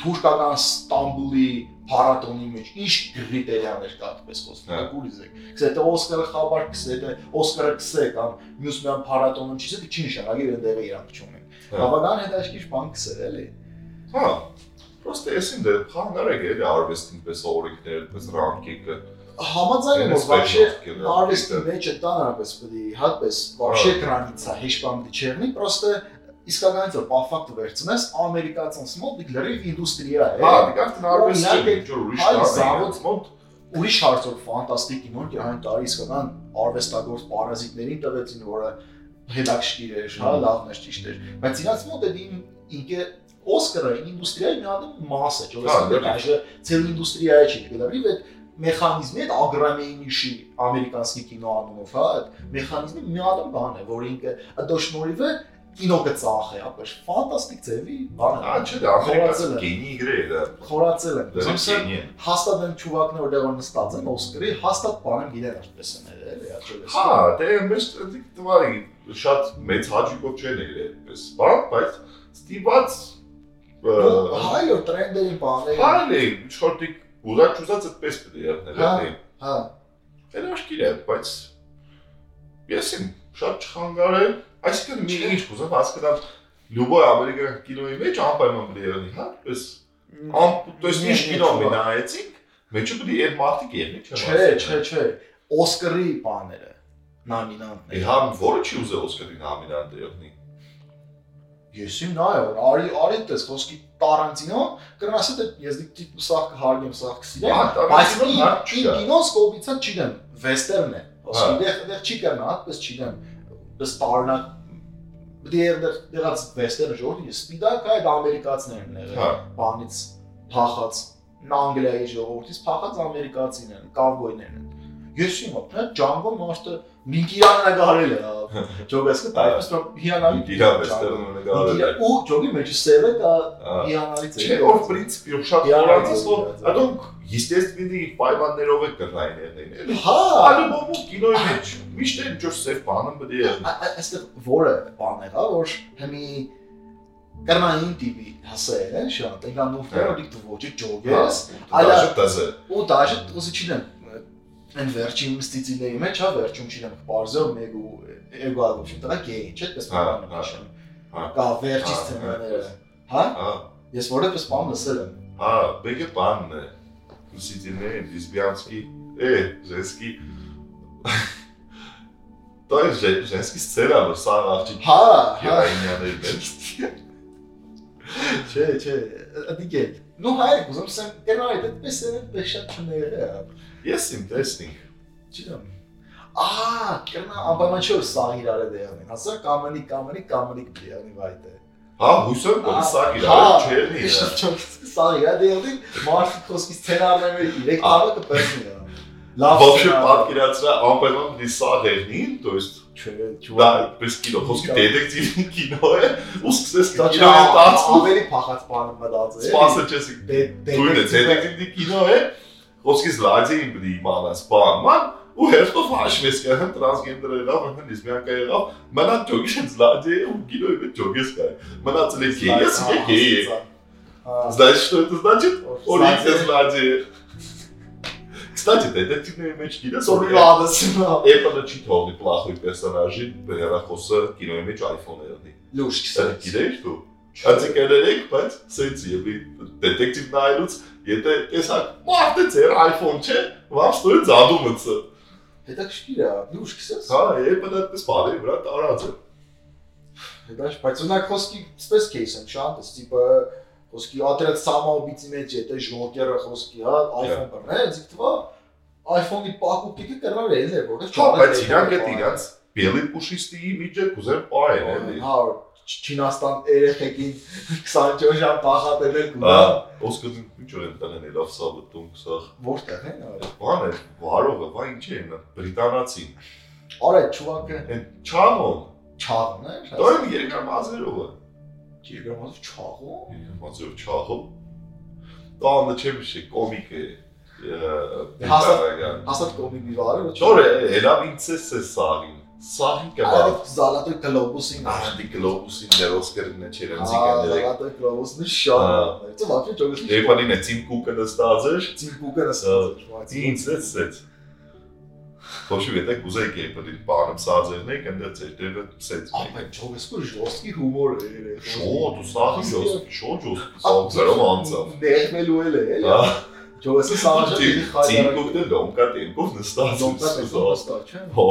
[SPEAKER 5] Թուրքական Ստամբուլի փառատոնի մեջ ինչ կրիտերիաներ կա այդպես խոսքը,
[SPEAKER 4] Հա։
[SPEAKER 5] դուք ուրիշ եք։ Քսել է Օսկարը խաբար քսել է, Օսկարը քսել կամ մյուս մի փառատոնում չի, դա դե չի նշանակի ընդեղ իրանք չունեն։
[SPEAKER 4] Հա։
[SPEAKER 5] Բավական հետաքրքիր բան քսել էլի։
[SPEAKER 4] հա։ Պրոստե էսին դե խանարեք էլի արվեստին պես օրենքներ, պես ռանկիկը։
[SPEAKER 5] Համաձայն եմ,
[SPEAKER 4] Էնպես
[SPEAKER 5] որ вообще
[SPEAKER 4] պետք է նա
[SPEAKER 5] արվեստի
[SPEAKER 4] դիտել։
[SPEAKER 5] մեջ է տանարպես պետք է հատպես вообще
[SPEAKER 4] Հա։
[SPEAKER 5] граница հեշտամտի չեղնի, просто իսկականից որ բաֆակտ վերցնես ամերիկացանց մոտ դիք լրիվ ինդուստրիա է։
[SPEAKER 4] Հա, դիքարտն արվեստը
[SPEAKER 5] Օրինակ,
[SPEAKER 4] ինչ որ ուրիշ
[SPEAKER 5] այլ
[SPEAKER 4] տարի է,
[SPEAKER 5] զավոց-
[SPEAKER 4] մոտ
[SPEAKER 5] ուրիշ հարցով ֆանտաստիկ նոր այն տարի իսկական արվեստագործ պարազիտներին տվեցին, որը հետաքրքիր էր, հա,
[SPEAKER 4] Մհմ.
[SPEAKER 5] լավն էր, ճիշտ էր, բայց իրաց մոտ էլ իմ ինքը Օսկարը ինդուստրիայի մի հատ մաս է,
[SPEAKER 4] Հա,
[SPEAKER 5] ճիշտ է,
[SPEAKER 4] լրիվ։
[SPEAKER 5] այժմ ցել ինդուստրիայի չի գտնվի, այդ մեխանիզմի այդ ագրամեինիշի ամերիկացի կինո անունով, հա, այդ մեխանիզմի մի հատ բան է, որ ինքը դոշնորիվ է կինո գծախ է, ապա ֆանտաստիկ ձևի բան
[SPEAKER 4] Ա,
[SPEAKER 5] է։
[SPEAKER 4] հա, չէ, դա
[SPEAKER 5] Խորացել
[SPEAKER 4] ամերիկացի
[SPEAKER 5] է։
[SPEAKER 4] գենի գրե է դա։
[SPEAKER 5] Խորացել եմ։
[SPEAKER 4] Դա
[SPEAKER 5] Ուրեմն
[SPEAKER 4] գենի է։
[SPEAKER 5] հաստատ այն ճուվակն որտեղ որ նստած են Օսկարի, հաստատ բանը գիտեն ինչպես են եղել, այդպես։
[SPEAKER 4] Հա, դե մեծ դիքտվարի շատ մեծ հաջողով չեն եղել այդպես։ Բան, բայց ստիպած ը,
[SPEAKER 5] հայր տրենդերի բաներ։
[SPEAKER 4] Հայրը շորտիկ ուզած ուզած այդպես պետք է երնել
[SPEAKER 5] Հա։
[SPEAKER 4] էլի։
[SPEAKER 5] Հա,
[SPEAKER 4] Էլ աշկիր է, բայց ես իմ շատ չխանգարել, այսինքն մի
[SPEAKER 5] Չէ։
[SPEAKER 4] ինչ կուզեմ հասկանալ Լյուբոյ ամերիկական կինոյի մեջ անպայման պետք է երանի, հա, պես ամ, то есть ինչ կինո մնացինք, մեջը պետք է այդ մարդիկ եղնի,
[SPEAKER 5] չէ, չէ, չէ։ Օսկարի բաները նոմինանտն է։
[SPEAKER 4] Իհա, որը չի ուզել Օսկարին նոմինանտ եղնի։
[SPEAKER 5] Ես իմ նայա, որ արի, արի դες խոսքի Տարանտինո, կնասի դա դե, ես դիք տիպ սա կհարգեմ, սա կսիրեմ։ Բայց
[SPEAKER 4] Բայց նա չի դա։
[SPEAKER 5] կինոս կոմիցան չիդեմ, վեստերն է։
[SPEAKER 4] Հա։
[SPEAKER 5] Ոստի դեղ դեղ չի կարնա, այդպես չիդեմ։ Բս տարնա դեր դե դեղ դեղած վեստերը ժողովի սպիդակ այդ ամերիկացիներն են
[SPEAKER 4] Հա,
[SPEAKER 5] եղել։ Բանից փախած Անգլիայի ժողովրդից փախած ամերիկացիներն են, կավբոյներն են։ Ես իմ ապնա Ջանգո մարտը Մինկիանը գարել է։
[SPEAKER 4] Հա։
[SPEAKER 5] Ջոգեսը տայպես որ հիանալի
[SPEAKER 4] դիրա վեստերն ու նկարել։
[SPEAKER 5] Ու ջոգի մեջ սերը կա
[SPEAKER 4] Հա։
[SPEAKER 5] հիանալից։
[SPEAKER 4] Չէ, որ պրինցիպի շատ
[SPEAKER 5] Իհարկե,
[SPEAKER 4] հորացած, որ
[SPEAKER 5] իհարկե։
[SPEAKER 4] այդոնք естественный պայմաններով է կռային եղել, էլի։
[SPEAKER 5] Հա,
[SPEAKER 4] Ալբոմը կինոյի մեջ միշտ էլ ճոր սև բանը բդի է։
[SPEAKER 5] Ա- ա- այստեղ որը բան եղա որ հիմի կրմանին տիպի հասել են շատ ընկանուվները
[SPEAKER 4] Հա։
[SPEAKER 5] դիք դու ոչի ջոգես այլա-
[SPEAKER 4] Այլա դասը։
[SPEAKER 5] ու դաժե ուզի չինեմ այն վերջին մստիցիների մեջ հա վերջում չինեմ բարձր մեկ ու երկու ալբոմ չի դրա գեյ չէ՞ դες
[SPEAKER 4] Հա,
[SPEAKER 5] բանը
[SPEAKER 4] հա,
[SPEAKER 5] նշան
[SPEAKER 4] հա,
[SPEAKER 5] կա վերջի
[SPEAKER 4] հա,
[SPEAKER 5] սցենաները հա
[SPEAKER 4] Հա,
[SPEAKER 5] ես որևէս բան լսել եմ
[SPEAKER 4] հա, բեկե բանն է։ Ուսիտինե Լիսբյանսկի, է, Ժեսկի։ Դա է Ժեսկի սցենա, որ սա աղջիկ
[SPEAKER 5] հա հա
[SPEAKER 4] գերայինյաներ մեջ։
[SPEAKER 5] չէ չէ դիգե նո հայր կուզեմ սեմ կերնալ այդպես էլ այդպես շատ չներել հա
[SPEAKER 4] Ես իմ տեսնինք։
[SPEAKER 5] Չեմ։ Ահա, կրնա անպայման չէ որ սաղ իրար է դերնին։ Հասա կամենի, կամենի, կամենի դերնի վայտը։
[SPEAKER 4] Հա, հույսով գոհ սա
[SPEAKER 5] Հա,
[SPEAKER 4] գիրալ չերնի։
[SPEAKER 5] Շփչոց սաղ իրար դերնին, մարդի խոսքի սցենարները իրեք տարը կպեսնի։ Լավ։
[SPEAKER 4] Вообще պատկերացրա անպայման դի սա դերնին, то есть
[SPEAKER 5] չէ,
[SPEAKER 4] դա
[SPEAKER 5] ճուղա։
[SPEAKER 4] պես կինո, խոսքի դետեկտիվ կինո է, ու սկսես
[SPEAKER 5] Դա
[SPEAKER 4] կինո ընթացքում
[SPEAKER 5] ավելի փախած բան մտածել։
[SPEAKER 4] Սպասը չես
[SPEAKER 5] Դե
[SPEAKER 4] դույնը դետեկտիվի կինո է։ Ոսկիս լաձին բդի իմանաս բան, ման ու հերթով հաշվես կա հն տրանսգենդերը լավ հն լեսբիանկա եղավ, մնա ճոգես լաձի ու կինո ու ճոգես կա։ Մնա ծլե գեյս ու
[SPEAKER 5] ah,
[SPEAKER 4] գեյ։ Знаешь, что это значит? Օրիքս լաձի։ Кстати, դետեկտիվների դե, մեջ գիտես, որ
[SPEAKER 5] Սորի լավսնա։
[SPEAKER 4] Apple-ը չի թողնի պլախոյ պերսոնաժի հեռախոսը կինոյի մեջ iPhone-ը ելնի։
[SPEAKER 5] Լուրջ
[SPEAKER 4] Սա
[SPEAKER 5] չսա։
[SPEAKER 4] գիտես դու։ Ածիկերերեք, բայց սենց եւի դետեկտիվ նայելուց, եթե տեսա, մարդը ձեր iPhone չէ, վաստույն զադումըց։
[SPEAKER 5] Հետաքրքիր է, լուրջ կսես։
[SPEAKER 4] Հա, Apple-ը այդպես բարի վրա տարած է։
[SPEAKER 5] Հետաշ, բայց նա խոսքի սպես кейս են շատ, էս տիպը խոսքի ատրած սամաուբիցի մեջ է, դե ժողերը խոսքի, հա, iPhone բռնե, ձիք թվա iPhone-ի պակու պիկը կրվել է, էլի, որը
[SPEAKER 4] Չո, Հա, բայց իրանք է իրանք բելի փուշիստի միջեք ուզեն պայեն էլի։
[SPEAKER 5] Հա, Չինաստան (laughs) երեխեքին 24 ժամ բախատել
[SPEAKER 4] Հա,
[SPEAKER 5] գունա։
[SPEAKER 4] ոսկոտ ինչ որ են տանեն լավ սա բտում սա։
[SPEAKER 5] Որտեղ են արա։
[SPEAKER 4] Բան է, վարողը, բա ինչ է նա, բրիտանացին։
[SPEAKER 5] Արա, ճուակը
[SPEAKER 4] Էն չաղոն,
[SPEAKER 5] չաղն է,
[SPEAKER 4] դա են երկամազերովը։
[SPEAKER 5] Երկրամաս չաղո։
[SPEAKER 4] Երկամազերով չաղո։ Դա նա չեմ շի կոմիկ է։
[SPEAKER 5] Հասա-
[SPEAKER 4] Հասա։
[SPEAKER 5] Ասած կոմի վիվարը,
[SPEAKER 4] Չոր է, լավ ինձ է սաղին։ Սաղին կա։
[SPEAKER 5] Զալատոյ գլոբուսին։
[SPEAKER 4] Ահա դի գլոբուսին ներոսկերն է Դե, չերենցիկան դերեք։
[SPEAKER 5] Զալատոյ գլոբուսն շա։ Ծո վաճի ճոգս։
[SPEAKER 4] Երբանին է ցիմ կուկը նստած էր,
[SPEAKER 5] Ցիպուկը
[SPEAKER 4] ինձ լսեց։ Փոշի վետեք ուզեի կերպին բանը սազերն եք, այնտեղ էր դերը սեց։ մեկ։
[SPEAKER 5] Ապա ճոգս կու ժոստի հումոր է երեք։
[SPEAKER 4] Շոտ ու սաղի ջոս, շոտ ջոս, սաղերով անցավ։
[SPEAKER 5] Ներմելու էլ է, էլի։ Ճոգսը սաղի
[SPEAKER 4] Ցիմ կուկը լոմկա տենկով նստած էր։ սուզած։
[SPEAKER 5] Զոմտա չէ։
[SPEAKER 4] Հո,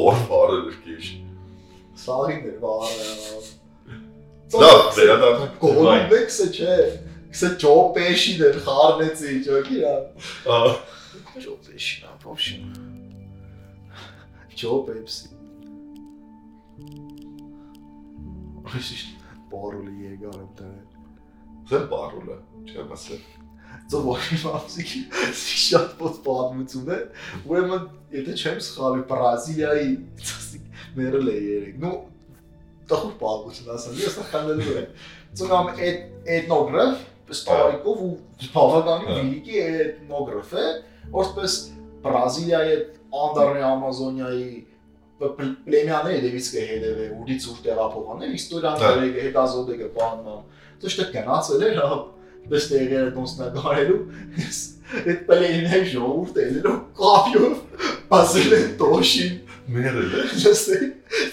[SPEAKER 4] որ բարը լրկիշ։
[SPEAKER 5] Սաղին էր վարը։
[SPEAKER 4] Լավ, դերա դա կողային։
[SPEAKER 5] կողոմեքսը չէ։ Քսը ճոպեշին էր խառնեցի, ճոգի ա։ Ճոպեշին, ապոշին։ Ճոպեփսի։ Ռեսիշ բորուլի եկար այնտեղ։
[SPEAKER 4] Ձեր բարուլը, չեմ ասել։
[SPEAKER 5] ծովի մամսիկի շատ փոս պատմություն է ուրեմն եթե չեմ սխալի բրազիլիայի ցասիկ մերել է երեք նո տախուր պատմություն ասել ես հանդելու եմ ծնամ էդ էթնոգրաֆ ստորիկով ու բավականին դիլիկի էթնոգրաֆ է որպես բրազիլիայի անդարնի ամազոնիայի պլեմյաները դեպից կհետևե ուրից ուր տեղափոխանել իստորիան դեր հետազոտել բաննամ ճիշտ կնացել էր հա բստեր էր դոնսնագարելու այդ պլեյներ ժողովուրդ ելնելով կապյով բասել են տոշին
[SPEAKER 4] Մերը լե։
[SPEAKER 5] լսել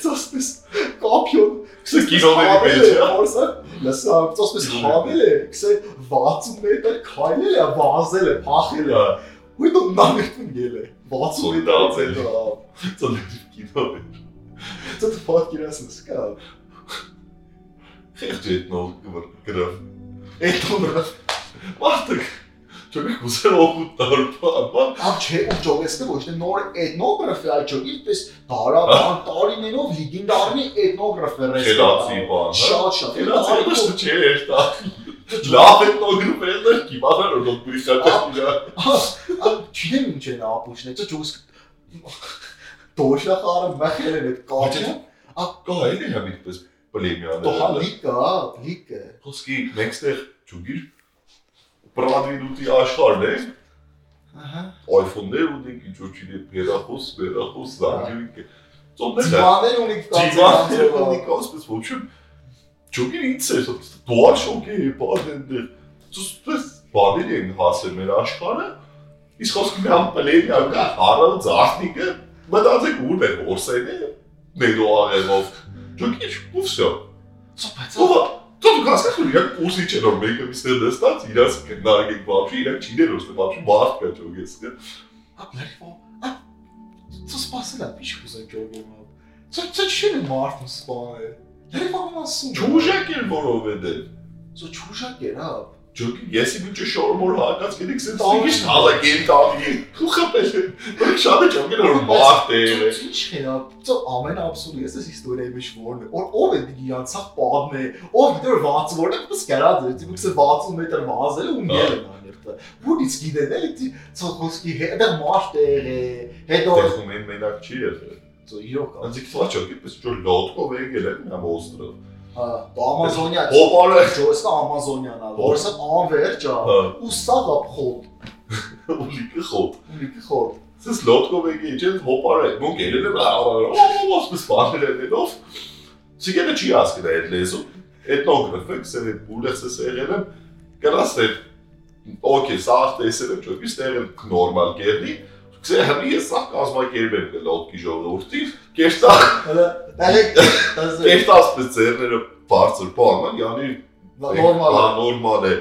[SPEAKER 5] ծոսպես կապյով
[SPEAKER 4] Կիրովերի մեջ, հա?
[SPEAKER 5] որսա լսա ծոսպես հավել է քսե 60 մետր քայլել է վազել է փախել է ու դու նամերտուն գել է 60
[SPEAKER 4] Սունդածել։
[SPEAKER 5] մետր ծա
[SPEAKER 4] Ծննդի կինո է։
[SPEAKER 5] ծա փոքրասն սկա
[SPEAKER 4] Խեղճ է նոր գվր գրավ։
[SPEAKER 5] այդ օրը
[SPEAKER 4] Մարդը չոք կուսել օգուտ տարբան, բան
[SPEAKER 5] Ամ չէ ու ճոգեսը ոչ թե նոր էթնոգրաֆ է այջո, ինչպես տարաբան տարիներով լիգենդարի էթնոգրաֆ է
[SPEAKER 4] Խելացի բան, հա։
[SPEAKER 5] Շատ շատ։
[SPEAKER 4] Երազի ոչ չէ էրտա։ Լավ է նոր գրվել, կիմանար ու դու իշխատես իրա։
[SPEAKER 5] Ամ չեմ ինչ են ապուշն, դա ճոգես Տոշը խարը մխել է
[SPEAKER 4] Ոչ,
[SPEAKER 5] կապը։
[SPEAKER 4] Կա էլի հա միտպես պլեմիան։
[SPEAKER 5] Տոհա լիկա, լիկա։
[SPEAKER 4] Խոսքի մեկստեղ ճուգիր պրադվինուտի աշխարհն է,
[SPEAKER 5] Ահա։
[SPEAKER 4] iPhone-ներ ու դինք ինչ որ չի դերախոս, վերախոս զանգիկ։ Ծոմներ
[SPEAKER 5] Ձիմաներ ունի
[SPEAKER 4] Դիվանով
[SPEAKER 5] կապը։
[SPEAKER 4] նիկոսպես ոչմ։ Ճոգին ինձ է դուար շոկի բադենը։ Ծուսպես բադին են հասել մեր աշխարհը։ Իսկ խոսքը մի ամպլերի ակա հարալ ծախնիկը մտածեք ուր է որսենը։ Ներողով։ Ճոգին փուսյո։
[SPEAKER 5] Ծոպեց։
[SPEAKER 4] Ո՞վ Դու գասկաս ու իրակ փուսի չնոր մեկը միստեր դստաց իրաց կնարգեք բաբշի իրակ չիներ ոստե բաբշի բարդ կա ճոգես։
[SPEAKER 5] Ապլերիվո։ Ա։ Ծո սпасել է, ի՞նչ ուզա ճոգում։ Ծո ծո չին մարդն սպանել։ Լերիվո մասում։
[SPEAKER 4] Ճուժակ էր որով է դեր։
[SPEAKER 5] Ծո ճուժակ էր, հա։
[SPEAKER 4] Ջոկի, ես իմ ինչ շորմոր հակած գնիկ սենց
[SPEAKER 5] Տալի։
[SPEAKER 4] ինչ թալա գերի տալի։ Խոփել։ Դու շատ է ջոկի նոր մարդ է։
[SPEAKER 5] Ծո ի՞նչ է, հա։ Ծո ամեն абսուրդ ես այս իստորիայի մեջ որն է։ Որ ով է դիանցախ պատմը։ Ով դեր 60 որն է, պես գարած է, դու քսե 60 մետր վազել ու
[SPEAKER 4] Հա։
[SPEAKER 5] միել է աներտը։ Որից գիտեն էլի դի ծո խոսքի հետը մարդ էր, հետո
[SPEAKER 4] Տեղում են մենակ չի եղել։
[SPEAKER 5] ծո իրոք ա։
[SPEAKER 4] Անձի քսվա ջոկի, պես ջոր լոտկով է եկել են նա ոստր։
[SPEAKER 5] Հա, դա Ամազոնիա։
[SPEAKER 4] Հոպարը։
[SPEAKER 5] Ջոսը Ամազոնիան ա, որսը անվերջ ա։
[SPEAKER 4] Հա,
[SPEAKER 5] ու սաղ ապխոտ,
[SPEAKER 4] ուլիկը խոտ։
[SPEAKER 5] ունիկի խոտ։
[SPEAKER 4] Սենց լոտկով է եկել հոպարը։ Մոնք ելել են ո՞վ պես բաներ են դով։ Ցիգերը չի հասկնա այդ լեզու։ Էթնոգրաֆը քսել է ուլերս է եղել եմ։ Գրաստեր։ Օկեյ, սա տեսել եմ ջոկի, ստեղ եմ նորմալ գերի։ Քսերի ես սա կազմակերպեմ գլոբի ժողովրդին։ Կերտա,
[SPEAKER 5] Հələ դալեք դասը
[SPEAKER 4] կերտաս պես ձեռները բարձր բանան, յանի
[SPEAKER 5] նորմալ է։
[SPEAKER 4] հա, նորմալ է։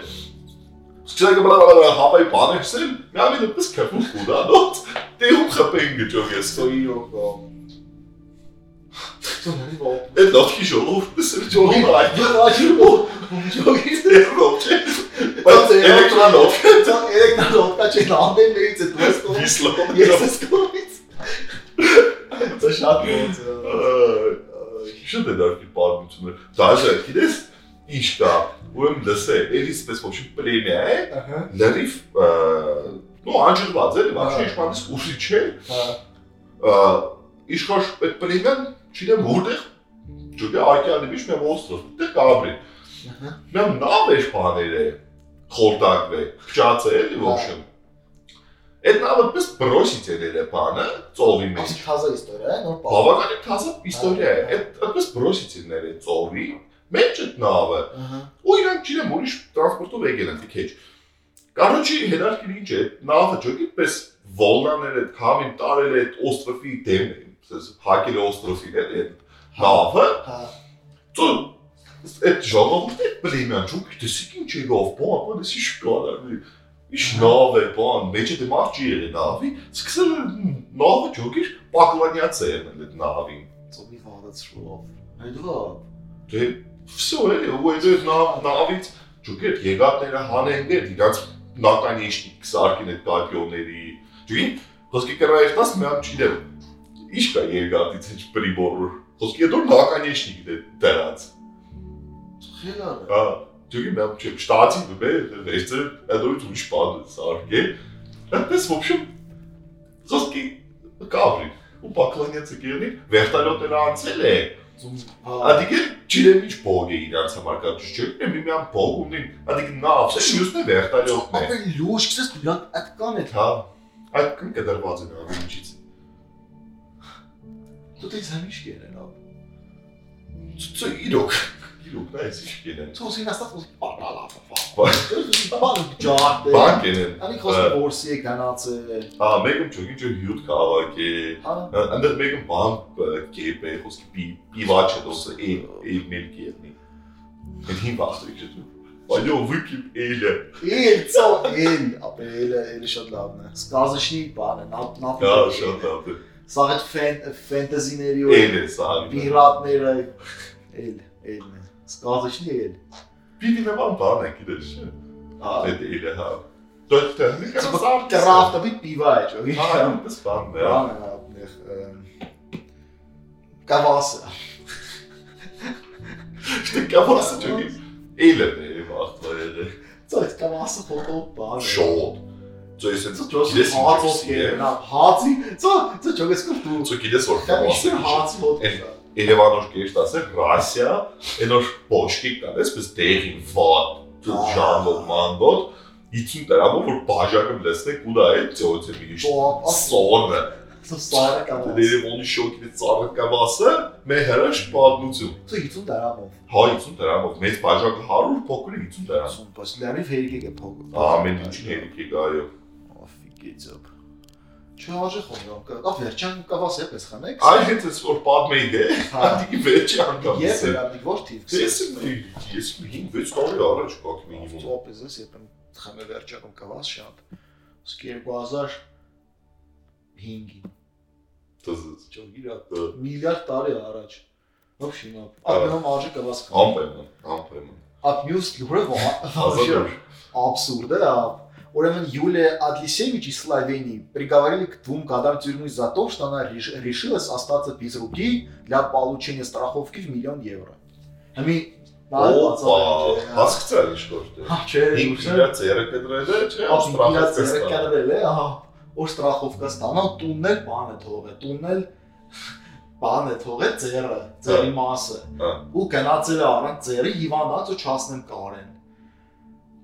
[SPEAKER 4] Սկսել եմ բլա հապայ բանեցել, միամի դուպես կապու խուդա, դոտ դե ու խփեն գջոկես։
[SPEAKER 5] Սոյո կո։ Սոնարի ոպ։
[SPEAKER 4] Այդ լոքի ժողովուրդը
[SPEAKER 5] Ջոգի
[SPEAKER 4] սրճողում այդ
[SPEAKER 5] այդը աչի ոպ։ Ջոգի
[SPEAKER 4] երբով չէ։
[SPEAKER 5] բայց
[SPEAKER 4] Բայց էլեկտրոնով
[SPEAKER 5] էլեկտրոնով, դա էլեկտրոնով կաչի նամեն մեծ է դուստո։
[SPEAKER 4] վիսլով։
[SPEAKER 5] Ես ես կոմից։ Դա շատ մեծ է։
[SPEAKER 4] Շուտ է դարձի պատմությունը։ Դաժե գիտես ինչ կա։ Ուրեմն լսե, էլի սպես ոչ պրեմիա է,
[SPEAKER 5] Ահա։
[SPEAKER 4] լրիվ ը, նո անջրված է, բավական ինչպես ուշի չէ։
[SPEAKER 5] Հա։
[SPEAKER 4] Իշխոր այդ պրեմիան չինեմ որտեղ ջուտի օկեանի մեջ մի օստրով, դե կաբրի։
[SPEAKER 5] Ահա։
[SPEAKER 4] Նա նավ է բաները խորտակվե, փճած է էլի ոչ։ Այդ նավը պես բրոսից է դերը բանը ծովի մեջ։
[SPEAKER 5] Իսկ թազա
[SPEAKER 4] Բավականին թազա
[SPEAKER 5] իստորիա է, նոր բան։
[SPEAKER 4] իստորիա է։ Այդ այդպես բրոսիցներ է ծովի մեջ այդ նավը։
[SPEAKER 5] Ահա։
[SPEAKER 4] Ու իրանք չինեմ ուրիշ տրանսպորտով եկել են քեջ։ Կարոջի հերարքին ինչ է, նավը ճոգի պես վոլնաներ այդ քամին տարել է այդ օստրովի դեմ, ասես հակել է օստրովին էլ այդ նավը։
[SPEAKER 5] Հա։
[SPEAKER 4] Ծո այդ ժողովուրդը բլիմյան ճոգի դեսիկ ինչ եղավ, բա բա դեսի շկալա։ Իշ նավ է, բան, մեջը դե մարդ չի եղել նավի, սկսել են նավը ճոգի պակլանյաց է եղել այդ նավին։
[SPEAKER 5] Ծովի վարածշուով։ Այդվա։
[SPEAKER 4] Դե всё էլի, ու այդ նա նավից ճուկետ եկածները հանենք դեր իրաց նականիշնի կսարկին այդ կապիոների։ Ճուին, խոսքի կրայստաս մեմ չիդեմ։ Իշ կա եկածից ինչ պրիբորուր։ Խոսքի դուր նականիշնի դե դերած։
[SPEAKER 5] Խելանը։
[SPEAKER 4] Հա, ճուկի մեմ չի շտացի բե, վերցը ադորից ու շպան սարկե։ Այդպես в общем խոսքի կապրի ու պակլանյացը գերի վերտալյոտը անցել է
[SPEAKER 5] Ծում։ Հա։
[SPEAKER 4] Ադիգը ջիրեմ ինչ բոգ է իրաց համար կաճի չէ։ Եմ միան բոգ ունի։ Ադիգ նավս է, մյուսն է վերտալյոտն է։
[SPEAKER 5] Ապա լյուշ քսես դու լան ատկան է։
[SPEAKER 4] Հա։ Այդ կն կդրված է նա ինչից։
[SPEAKER 5] Դու դից համիշ գերեն ապ։
[SPEAKER 4] Ծո իրոք։ Իրոք դա էս ինչ գերեն։
[SPEAKER 5] Ծոսի նստած ոս պապալա
[SPEAKER 4] Բա-
[SPEAKER 5] պապա։ Բան ջատ։
[SPEAKER 4] Բանկ են։
[SPEAKER 5] Անի խոսքը որսի է գնաց է։
[SPEAKER 4] Հա, մեկը ճոգի ճո հյուտ կավակ է։
[SPEAKER 5] Հա։
[SPEAKER 4] Անդեր մեկը բանկ կեպ է, խոսքի պի պիվաչ է դոս է, էլ մելքի է։ Այդ հին բախտը չէ։ Այո, վիպի էլը։
[SPEAKER 5] Էլ ծո էլ ապա էլ էլ շատ լավն է։ Սկազաշնի բանը, նապ նապ։
[SPEAKER 4] Դա շատ լավ է։
[SPEAKER 5] Սա այդ ֆեն ֆենտեզիների ու
[SPEAKER 4] Էլ է սա։
[SPEAKER 5] պիրատները էլ էլն է։ Սկազաշնի էլ։
[SPEAKER 4] Պիվին է բան բան է գիտես։ չէ՞։
[SPEAKER 5] Հա։
[SPEAKER 4] Այդ իրը հա։ Դոստը
[SPEAKER 5] Ծո կրաֆտը մի պիվա է ճո։
[SPEAKER 4] Հարամս բանն է։
[SPEAKER 5] Բանը ապներ։ Կավասը։
[SPEAKER 4] Դե կավաս ճոգի։ Էլը է վախտը։
[SPEAKER 5] Ծո այդ կավասը ֆոտո բանը։
[SPEAKER 4] Շոտ։ Ձեզ էլ
[SPEAKER 5] Ծո հացով գերա, հացի։ Ծո ծո ճոգես կուտու։
[SPEAKER 4] Ծո գիտես որ
[SPEAKER 5] Դա
[SPEAKER 4] կավաս
[SPEAKER 5] միշտ
[SPEAKER 4] է։
[SPEAKER 5] հացի ֆոտո։
[SPEAKER 4] Երևանով գիշտ ասել Ռասիա, այնոր փոշկի կալես, պես դեղին վատ, ժանով մանդոտ, իցին դրամով որ բաժակը լեսնեք ու դա է ծոցը միշտ։
[SPEAKER 5] Պա,
[SPEAKER 4] Սորը։
[SPEAKER 5] Ծո սարը կավաս։
[SPEAKER 4] Երևանի շոկի ծառը կավասը, մեր հրաշ պատմություն։
[SPEAKER 5] Ծո 50 դրամով։
[SPEAKER 4] Հա 50 դրամով, մեծ բաժակը 100, փոքրը 50 դրամ։
[SPEAKER 5] Ասում, բայց լավ հերիք է փող։
[SPEAKER 4] Ամեն ինչին հերիք է գայո։
[SPEAKER 5] Աֆիգեցապ։ Չարժե խոնավ, կա վերջան կավաս է պես խմեք։
[SPEAKER 4] Այ հետ էս որ պատմեի դե,
[SPEAKER 5] Հա։
[SPEAKER 4] դի վեճի անգամ։
[SPEAKER 5] Ես եմ դի ոչ թիվ։
[SPEAKER 4] ես ես 5-6 տարի առաջ կոք մինիմում։
[SPEAKER 5] Ծոպես ես եմ խմե վերջակում կավաս շատ։ Իսկ 2005-ին
[SPEAKER 4] Դզս։
[SPEAKER 5] ճոգիրա միլիարդ տարի առաջ։ Ոբ շինապ։
[SPEAKER 4] Ա.
[SPEAKER 5] Ակնոմ արժե կավաս խմի։
[SPEAKER 4] Ամպեմն, ամպեմն։
[SPEAKER 5] Ապյուս լուրը
[SPEAKER 4] Ազատ
[SPEAKER 5] վա։ абсурд, да. Уровень Юлия Адлисевич из Словении приговорили к двум годам тюрьмы за то, что она реш- решилась остаться без руки для получения страховки в миллион евро. Ами,
[SPEAKER 4] Օպա, հասկացա ինչ կորտե։
[SPEAKER 5] Չէ, հա։
[SPEAKER 4] Ինքնիրա ծերը կդրել է, չէ՞, ավստրալիա։
[SPEAKER 5] ապիկացիա է, ահա, որ страховка ստանալ տուննել բանը թողը, տուննել բանը թողը ծերը, ծերի մասը։
[SPEAKER 4] Հա.
[SPEAKER 5] Ու գնացել է առանց ծերի հիվանդած ու չասնեմ կարեն։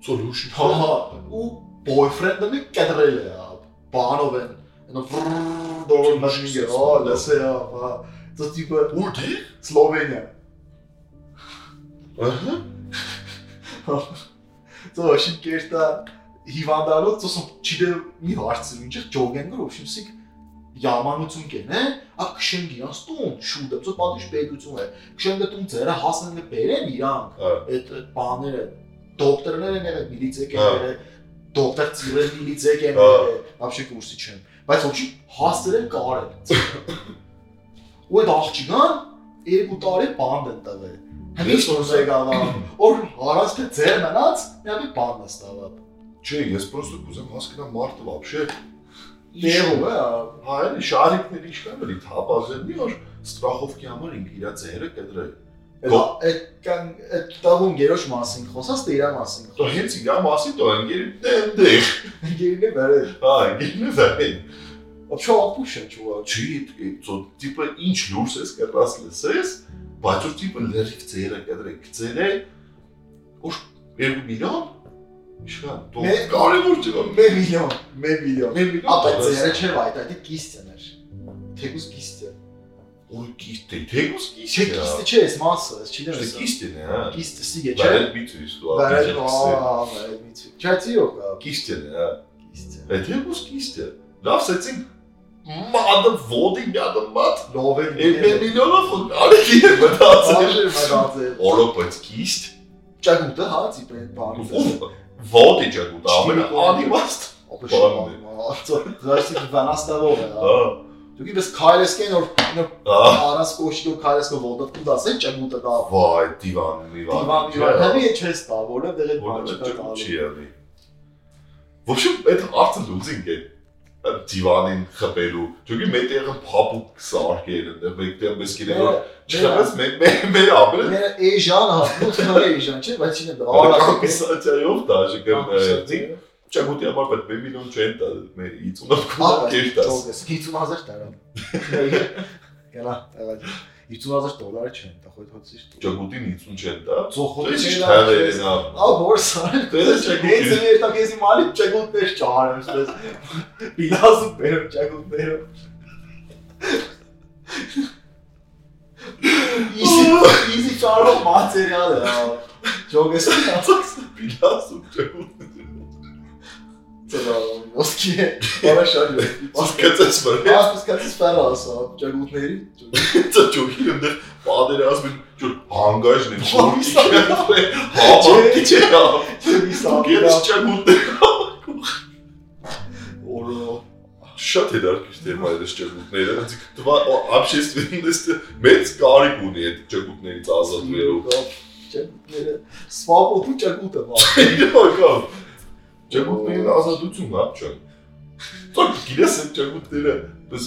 [SPEAKER 4] Ծորուշի։
[SPEAKER 5] Հա, ու boyfriend-ը մի կտրել է, հա, բանով են։ Այնո դորը մաշինի է, հա, լսե, հա, դա տիպը
[SPEAKER 4] Ու Հա, դի։
[SPEAKER 5] Սլովենիա։
[SPEAKER 4] Ահա։
[SPEAKER 5] Ծո, շիկերտա հիվանդանոց, ծոսում չիդե մի հարցը, ինչի՞ ջոգենգը, ոբշիմ սիկ Yamanutun կեն է, ա քշենգի աստուն, շուտ է, ծո պատիշ պետություն է։ Քշենգը տուն ծերը հասնեն է բերեն իրանք,
[SPEAKER 4] Հա։
[SPEAKER 5] այդ այդ բաները, դոկտորներ են եղել, միլիցեկները, դոկտոր ծիրել միլիցեկները, вообще կուրսի չեն։ Բայց ոչի հասցրել կարել։ Ու այդ աղջիկան երկու տարի բանդ են տվել։ Հնիշ որ եկավ, որ հարած թե ձեր մնաց, միապի բանդ ստավա։
[SPEAKER 4] Չէ, ես պրոստը կուզեմ հասկանալ մարդը вообще
[SPEAKER 5] Դեղում է,
[SPEAKER 4] հա էլի շարիկներ ինչ կան էլի թափազերնի որ ստրախովքի համար ինքը իր ձերը կդրել։
[SPEAKER 5] այդ այդ կան այդ տաղուն գերոջ մասին խոսած, դե իր մասին
[SPEAKER 4] Դա հենց իրա մասի դա ընկերն է դեղ։
[SPEAKER 5] խոսած։ Գերին է բարը։
[SPEAKER 4] Հա, գինը վայ։
[SPEAKER 5] Вообще опущен, чувак։
[SPEAKER 4] չի ծո տիպը ինչ լուրս ես կերած լսես, բայց որ տիպը լերիվ ծերը կդրեք, ծերը որ 2 միլիոն իշխան դու
[SPEAKER 5] Մե-
[SPEAKER 4] կարևոր չէ
[SPEAKER 5] Մե միլիոն, մե միլիոն։
[SPEAKER 4] 1
[SPEAKER 5] Ապա
[SPEAKER 4] միլիոն
[SPEAKER 5] ձերը չէ այդ, այդ կիստն էր։
[SPEAKER 4] ու կիստե թեգուս կիստե չէ կիստեն է հա բայց բիծուիս դու ապիջեցի կիստեն է հա այդ
[SPEAKER 5] Թեգուս կիստը։ Չէ, կիստը չէ, այս մասը, ես չիդեմ։ Կիստը սիգե չէ։ Բարը, ահա, այդ միցի։ Չաթիո կա կիստը։
[SPEAKER 4] թեգուս կիստե լավ սեցին մադը ոդի մադը մատ
[SPEAKER 5] Լովեն։
[SPEAKER 4] 1 միլիոնով ու արի մտածել
[SPEAKER 5] Բաժը մտածել։
[SPEAKER 4] օրոպոց կիստ
[SPEAKER 5] Ճակուտը հա տիպը այդ բանը։
[SPEAKER 4] Ոդի ճակուտ ամենա անիմաստ։ բանն
[SPEAKER 5] Ապշտամա։ Դրաշիկ վանաստավով է։ հա։
[SPEAKER 4] Հա,
[SPEAKER 5] Դու գիտես քայլես կեն որ նո
[SPEAKER 4] հա։
[SPEAKER 5] արաս կոշտու քայլես նո ոդդ ու դասեն ճակուտը դա։
[SPEAKER 4] Վայ, դիվան, միվան։
[SPEAKER 5] Դիվան դիվան հավի է չես տա, որը դեր այդ բանը չկա
[SPEAKER 4] Որը չի
[SPEAKER 5] տալու։
[SPEAKER 4] ելի։ Вообще, это արդեն լուզինգ է։ Այդ Դիվանին խփելու։ Ճուկի մետերը փապուկ սարկել է, մեկտեղ մեզ
[SPEAKER 5] Դե,
[SPEAKER 4] գիրել։ Չնայած մեկ մեր ապրել։
[SPEAKER 5] Մեր Էժան հա, դու քորե Էժան չէ, բայց չին դա։
[SPEAKER 4] Արա
[SPEAKER 5] Արաս
[SPEAKER 4] կիսաճայով դաժե գրնեցին։
[SPEAKER 5] կեն։
[SPEAKER 4] Ճակուտի համար պետք է միլիոն չեն տա, մեր 50 կուտ
[SPEAKER 5] Ապա,
[SPEAKER 4] կերտաս։
[SPEAKER 5] ճոգես 50000 տարա։ Գնա, այլ 50000 դոլարը չեն, դա խոյթոցի շտ։
[SPEAKER 4] Ճակուտին 50 չեն տա։
[SPEAKER 5] Ծոխոտի
[SPEAKER 4] Ինչ
[SPEAKER 5] չեն,
[SPEAKER 4] թաղ է
[SPEAKER 5] չես-
[SPEAKER 4] նա։
[SPEAKER 5] Ա բորսան
[SPEAKER 4] Դե
[SPEAKER 5] Ես
[SPEAKER 4] ճակուտի։
[SPEAKER 5] մեր տակեսի մալի ճակուտներ չարեմ, (laughs) ասես։ Պիլասը բերեմ (laughs) ճակուտները։ Իսի իսի ճարո մատերիալ է։ Ճոգես
[SPEAKER 4] Ծածկ պիլաս ու ճակուտ։
[SPEAKER 5] ծնալով ոսկի է։ Բարա շատ է։
[SPEAKER 4] Ասկացած վրա։
[SPEAKER 5] Ասես կացից փարա ասա ճակուտների։
[SPEAKER 4] Դա ճոքի ընդեր պատերազմին ճոր հանգաժն է։
[SPEAKER 5] Հանգիստ է։
[SPEAKER 4] հա, Հավաքի չէ։
[SPEAKER 5] Իսա
[SPEAKER 4] Գերս ճակուտ։
[SPEAKER 5] օրո։
[SPEAKER 4] Շատ է դարքից դեր մայրս ճակուտները։ Իսկ դվա общественности մեծ կարիք ունի այդ ճակուտներից ազատվելու։
[SPEAKER 5] Ճակուտները սվապոթու ճակուտը բա։
[SPEAKER 4] Իրականում ճակուտներին ազատություն հա չան։ Ցոք գիտես այդ ճակուտները բս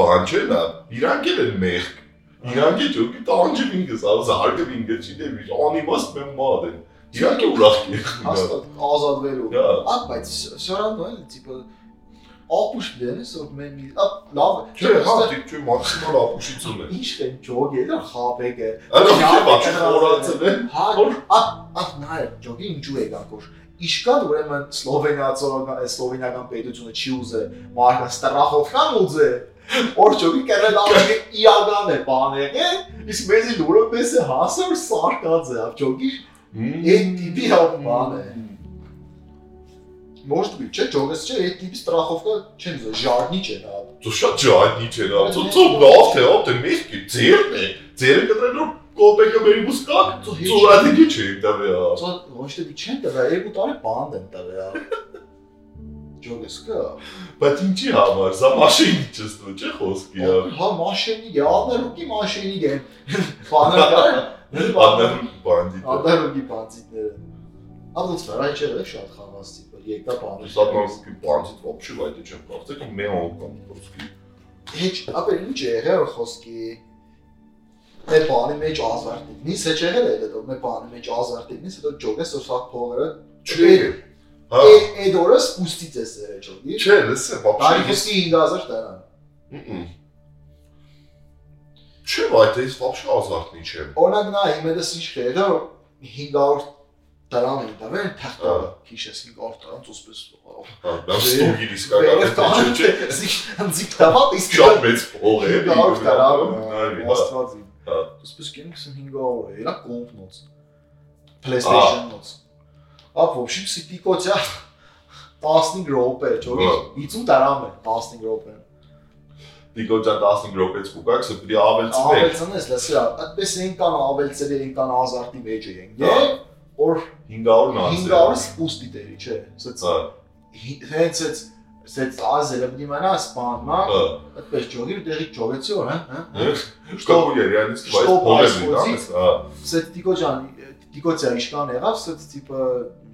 [SPEAKER 4] բան չեն, հա, իրանք էլ են մեղք։ Իրանք էլ ճոկի տանջին ինքս, ասա հարգել ինքը չի դեմ, անիմաստ մեմ մոդ են։ Իրանք էլ ուրախ են։
[SPEAKER 5] Հաստատ ազատվելու։
[SPEAKER 4] Դա
[SPEAKER 5] Ա, բայց շարանը էլ տիպը ապուշ դերես որ մեն մի ա, լավ է,
[SPEAKER 4] չէ, հա,
[SPEAKER 5] ստե-
[SPEAKER 4] դիք չէ մաքսիմալ ապուշիցում է։
[SPEAKER 5] ինչ են ջոգել խաբեգը
[SPEAKER 4] Այո,
[SPEAKER 5] Լավ,
[SPEAKER 4] չէ, բաց
[SPEAKER 5] կտրած
[SPEAKER 4] խորացել են։
[SPEAKER 5] հա
[SPEAKER 4] Որ-
[SPEAKER 5] ա ա նայ ջոգի ինչու է գակոշ իշկան ուրեմն սլովենիացական սլովենիական պետությունը չի ուզը մարկա ստրախովքան ուզը որ ջոգի կերել ավելի իագան է բաները իսկ մեզի լուրը մեզ է հասար սարկած է ջոգի Էդ տիպի հապան է։
[SPEAKER 1] Mm,
[SPEAKER 5] Может быть, չէ, ջոգես չէ, այդ տիպի ստրախովքը չեն ուզը, ժարնի չեն հա
[SPEAKER 4] Դու շատ ջահնի չեն, ծո ծո լավ թե, օ՞տե միշտ ձերն է։ Ձերը կտրելու կոպեկը մերի բուսկակ։
[SPEAKER 5] Ծո, հեչ
[SPEAKER 4] Ծուրատիկի չի դավե։ ա,
[SPEAKER 5] Ծո ոչ թե դի չեն տվել, երկու տարի բանդ են տվել։ Ջոգես կա։
[SPEAKER 4] Բայց ինչի համար, սա մաշինի չստու, չէ խոսքի։ ա,
[SPEAKER 5] Հա մաշենի է, ադերուկի մաշենի է։ Բանը կար։
[SPEAKER 4] Դե Ադամ բանդիտ։
[SPEAKER 5] Ադերուկի բացիտները։ Աբոց վրա չէ շատ խավաստի, որ եկա բանը։
[SPEAKER 4] Սա մաշկի բանդիտ вообще վայտի չեմ կարծեք, մե օկան խոսքի։
[SPEAKER 5] Հեչ, ապա ինչ է եղել խոսքի։ Մեր բանի մեջ ազարտի։ Նիս է եղել է դա, մեր բանի մեջ ազարտի։ Նիս հետո ջոգես որ սա փողերը։
[SPEAKER 4] Չէ։ Հա,
[SPEAKER 5] Է, այդ օրը սուստից է սա ջոգի։
[SPEAKER 4] չէ, լսե, вообще։ ես-
[SPEAKER 5] Տարիքսի 5000 տարան։
[SPEAKER 4] Մմ, Չէ, վայտի, вообще ազարտնի չէ։
[SPEAKER 5] Օրինակ նա իմեդս ինչ կերա 500 դրամ էին տվել թախտարը քիշես 500 դրամ ծուսպես
[SPEAKER 4] Հա, դա ստուգի իսկական չէ, չէ։
[SPEAKER 5] Անձիկ տավատ իսկ
[SPEAKER 4] Շատ մեծ փող է։
[SPEAKER 5] 500 դրամ
[SPEAKER 4] Նայ, հա։
[SPEAKER 5] աստվածի
[SPEAKER 4] Հա։
[SPEAKER 5] ծուսպես 2500 էրա կոմպնոց PlayStation-նոց ապ вообще սիպիկոցա 15 րոպե ճոգի
[SPEAKER 4] Հա։
[SPEAKER 5] 50 դրամ է 15 րոպե
[SPEAKER 4] Դիկոջա 15 րոպեից կուկակ, սա պիտի ավելցնեք։
[SPEAKER 5] ավելցնես լսրա այդպես էին կան ավելցել էին կան ազարտի մեջ էին
[SPEAKER 4] Հա։
[SPEAKER 5] եւ որ
[SPEAKER 4] 500 նասը։
[SPEAKER 5] 500 սպուստի դերի չէ ասած
[SPEAKER 4] Հա,
[SPEAKER 5] հի- հենց այդ սեց ազերը դիմանա սպաննա, այդպես ճոգի դերի ճոգեցի օր, հա։
[SPEAKER 4] Что я реально
[SPEAKER 5] Что
[SPEAKER 4] полезный, да?
[SPEAKER 5] происходит?
[SPEAKER 4] А,
[SPEAKER 5] Սեց Տիկո ջան, Տիկոցիա իշքան եղավ, սեց տիպը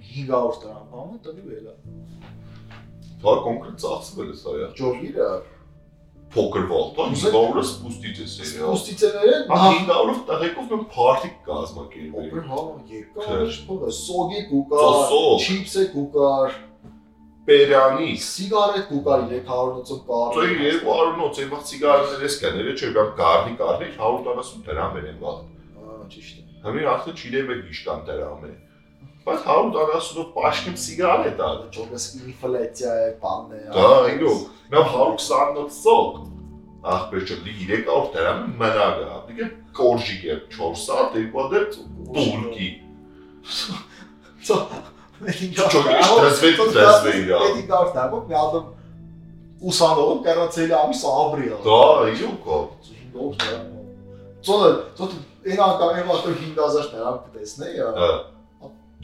[SPEAKER 5] 500 դրամ, բանը տնի վելա։
[SPEAKER 4] Թա կոնկրետ ծախսվել է սա, յա։
[SPEAKER 5] Ճոգիրը
[SPEAKER 4] Փոքր վաղտա 500-ը սպուստիչ է սերիալ։
[SPEAKER 5] ստիցեներեն,
[SPEAKER 4] Ահա
[SPEAKER 5] հա,
[SPEAKER 4] 500-ով տեղեկով մենք փարթի կազմակերպել։
[SPEAKER 5] օպեր հա, եկա,
[SPEAKER 4] Չէ։
[SPEAKER 5] շփովը, սոգի կուկար,
[SPEAKER 4] Սոսո։
[SPEAKER 5] չիպսը կուկար,
[SPEAKER 4] Պերանից
[SPEAKER 5] սիգարետ կուկար 300-ով կար։
[SPEAKER 4] Ծույլ երկու արունոց այվախ ցիգարներ էս կան, երբ չէ բան կարնի կարնի 140 դրամ են վաղ։
[SPEAKER 5] Ահա, ճիշտ է։
[SPEAKER 4] Համի արդյոք չիրեմ եք իշտան դրամ է։ Բայց 140-ով պաշտում ցիգար է դա։
[SPEAKER 5] Ճոգս ինֆլյացիա է, բանն է։
[SPEAKER 4] Դա այո, նա 120-ով ծոկ։ Ախպեր չէ, 300 դրամ մնալ է, դիգե կորժիկ է 4 սատ երկու դեր ծուլկի։ Ճոգի դրսվեց դրսվեց իրա։
[SPEAKER 5] Էդի դարտաբը մի անդամ ուսանողը կերացել ամիս ապրիլ։
[SPEAKER 4] Դա այո կա։
[SPEAKER 5] Ծոդը, ծոդը այն անգամ այն վաղտը 5000 դրամ կտեսնեի,
[SPEAKER 4] Հա։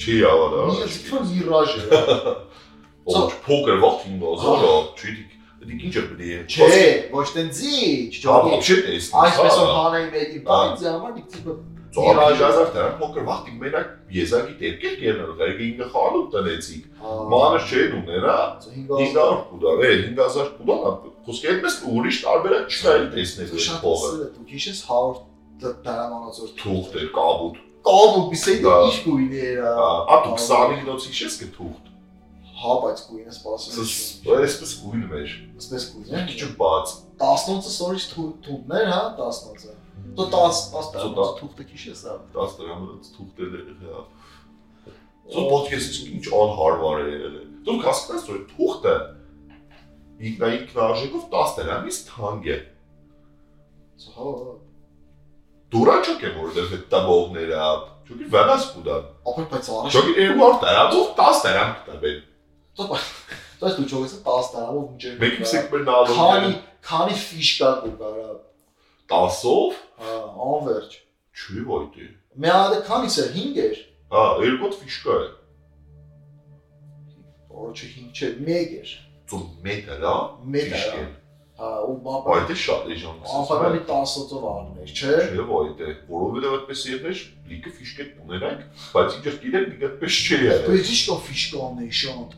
[SPEAKER 4] Չի ավարա։
[SPEAKER 5] Ես քան վիրաժ է։
[SPEAKER 4] Ոչ փոքր վաղ 5000-ը, չի դիք։ Դիք ինչ է բլի։
[SPEAKER 5] Չէ, ոչ տենցի,
[SPEAKER 4] Դա
[SPEAKER 5] ճոգի։
[SPEAKER 4] вообще տեսնես։
[SPEAKER 5] Այսպես որ հանեի մեդի բան, ձե համար դիքտիպը
[SPEAKER 4] ծառայժազար դրա փոքր վախտի մենակ եզակի դեպքեր կերնալ, գերքի ինքը խալու տնեցիկ։ Մանս չեն ուներա,
[SPEAKER 5] 5000
[SPEAKER 4] 5000 կուդար, է 5000 կուդար, խոսքի այդպես ուրիշ տարբերակ չկա էլ տեսնել այս
[SPEAKER 5] շատ
[SPEAKER 4] փողը։
[SPEAKER 5] սրը դու քիչ ես 100 դրամանոց որ
[SPEAKER 4] Թուղթ է կաբուտ։
[SPEAKER 5] Կոմ ու բիսեի
[SPEAKER 4] Դա-
[SPEAKER 5] ինչ գույն էր։
[SPEAKER 4] Ա դու 20-ի նոցի չես կթուղթ։
[SPEAKER 5] Հա, բայց գույնը սпасում
[SPEAKER 4] Սս
[SPEAKER 5] է։
[SPEAKER 4] այսպես գույն մեջ։
[SPEAKER 5] Այսպես գույն է։
[SPEAKER 4] Քիչ բաց,
[SPEAKER 5] 10-ը սորից թուտներ, հա, 10-ը։ Դու 10, 10
[SPEAKER 4] Ծո,
[SPEAKER 5] տա
[SPEAKER 4] տաս-
[SPEAKER 5] թուղթը քիչ ես, հա։
[SPEAKER 4] 10 դրամից թուղթ էլ եղա։ Ձո ոդկեսից ինչ անհարմար է եղել։ Դու հասկացաս որ թուղթը ինքնային քնարժեքով 10 դրամից թանկ է։
[SPEAKER 5] Հա,
[SPEAKER 4] դուրաչոք է որովհետև այդ տաբողները ճուկի վանաս կուտա
[SPEAKER 5] ապա բայց առաջ
[SPEAKER 4] ճուկի 200 տարածով 10 տարան կտաբեն
[SPEAKER 5] դու դու ճոգես 10 տարով ու ջեր։
[SPEAKER 4] մեկի սեգմենտալով
[SPEAKER 5] քանի քանի ֆիշկա դու կարա,
[SPEAKER 4] 10-ով
[SPEAKER 5] հա, անվերջ։
[SPEAKER 4] չի ոյտի
[SPEAKER 5] Մի հատ քանիս է 5 էր,
[SPEAKER 4] հա երկուտ ֆիշկա է
[SPEAKER 5] որոչը 5 չէ, 1 էր։
[SPEAKER 4] ծո մետալա
[SPEAKER 5] Մեդալ։ Հա, ու բաբա
[SPEAKER 4] ոյտի շատ է ժանքս
[SPEAKER 5] անփականի 10-ով առներ, չէ։
[SPEAKER 4] չէ ոյտի որովհետև այդպես երբեշ լիքը ֆիշկետ ունենանք բայց ինչ գիտեմ դիգ այդպես չի եղել
[SPEAKER 5] Բայց ի՞նչ կա ֆիշկանն է շանտ։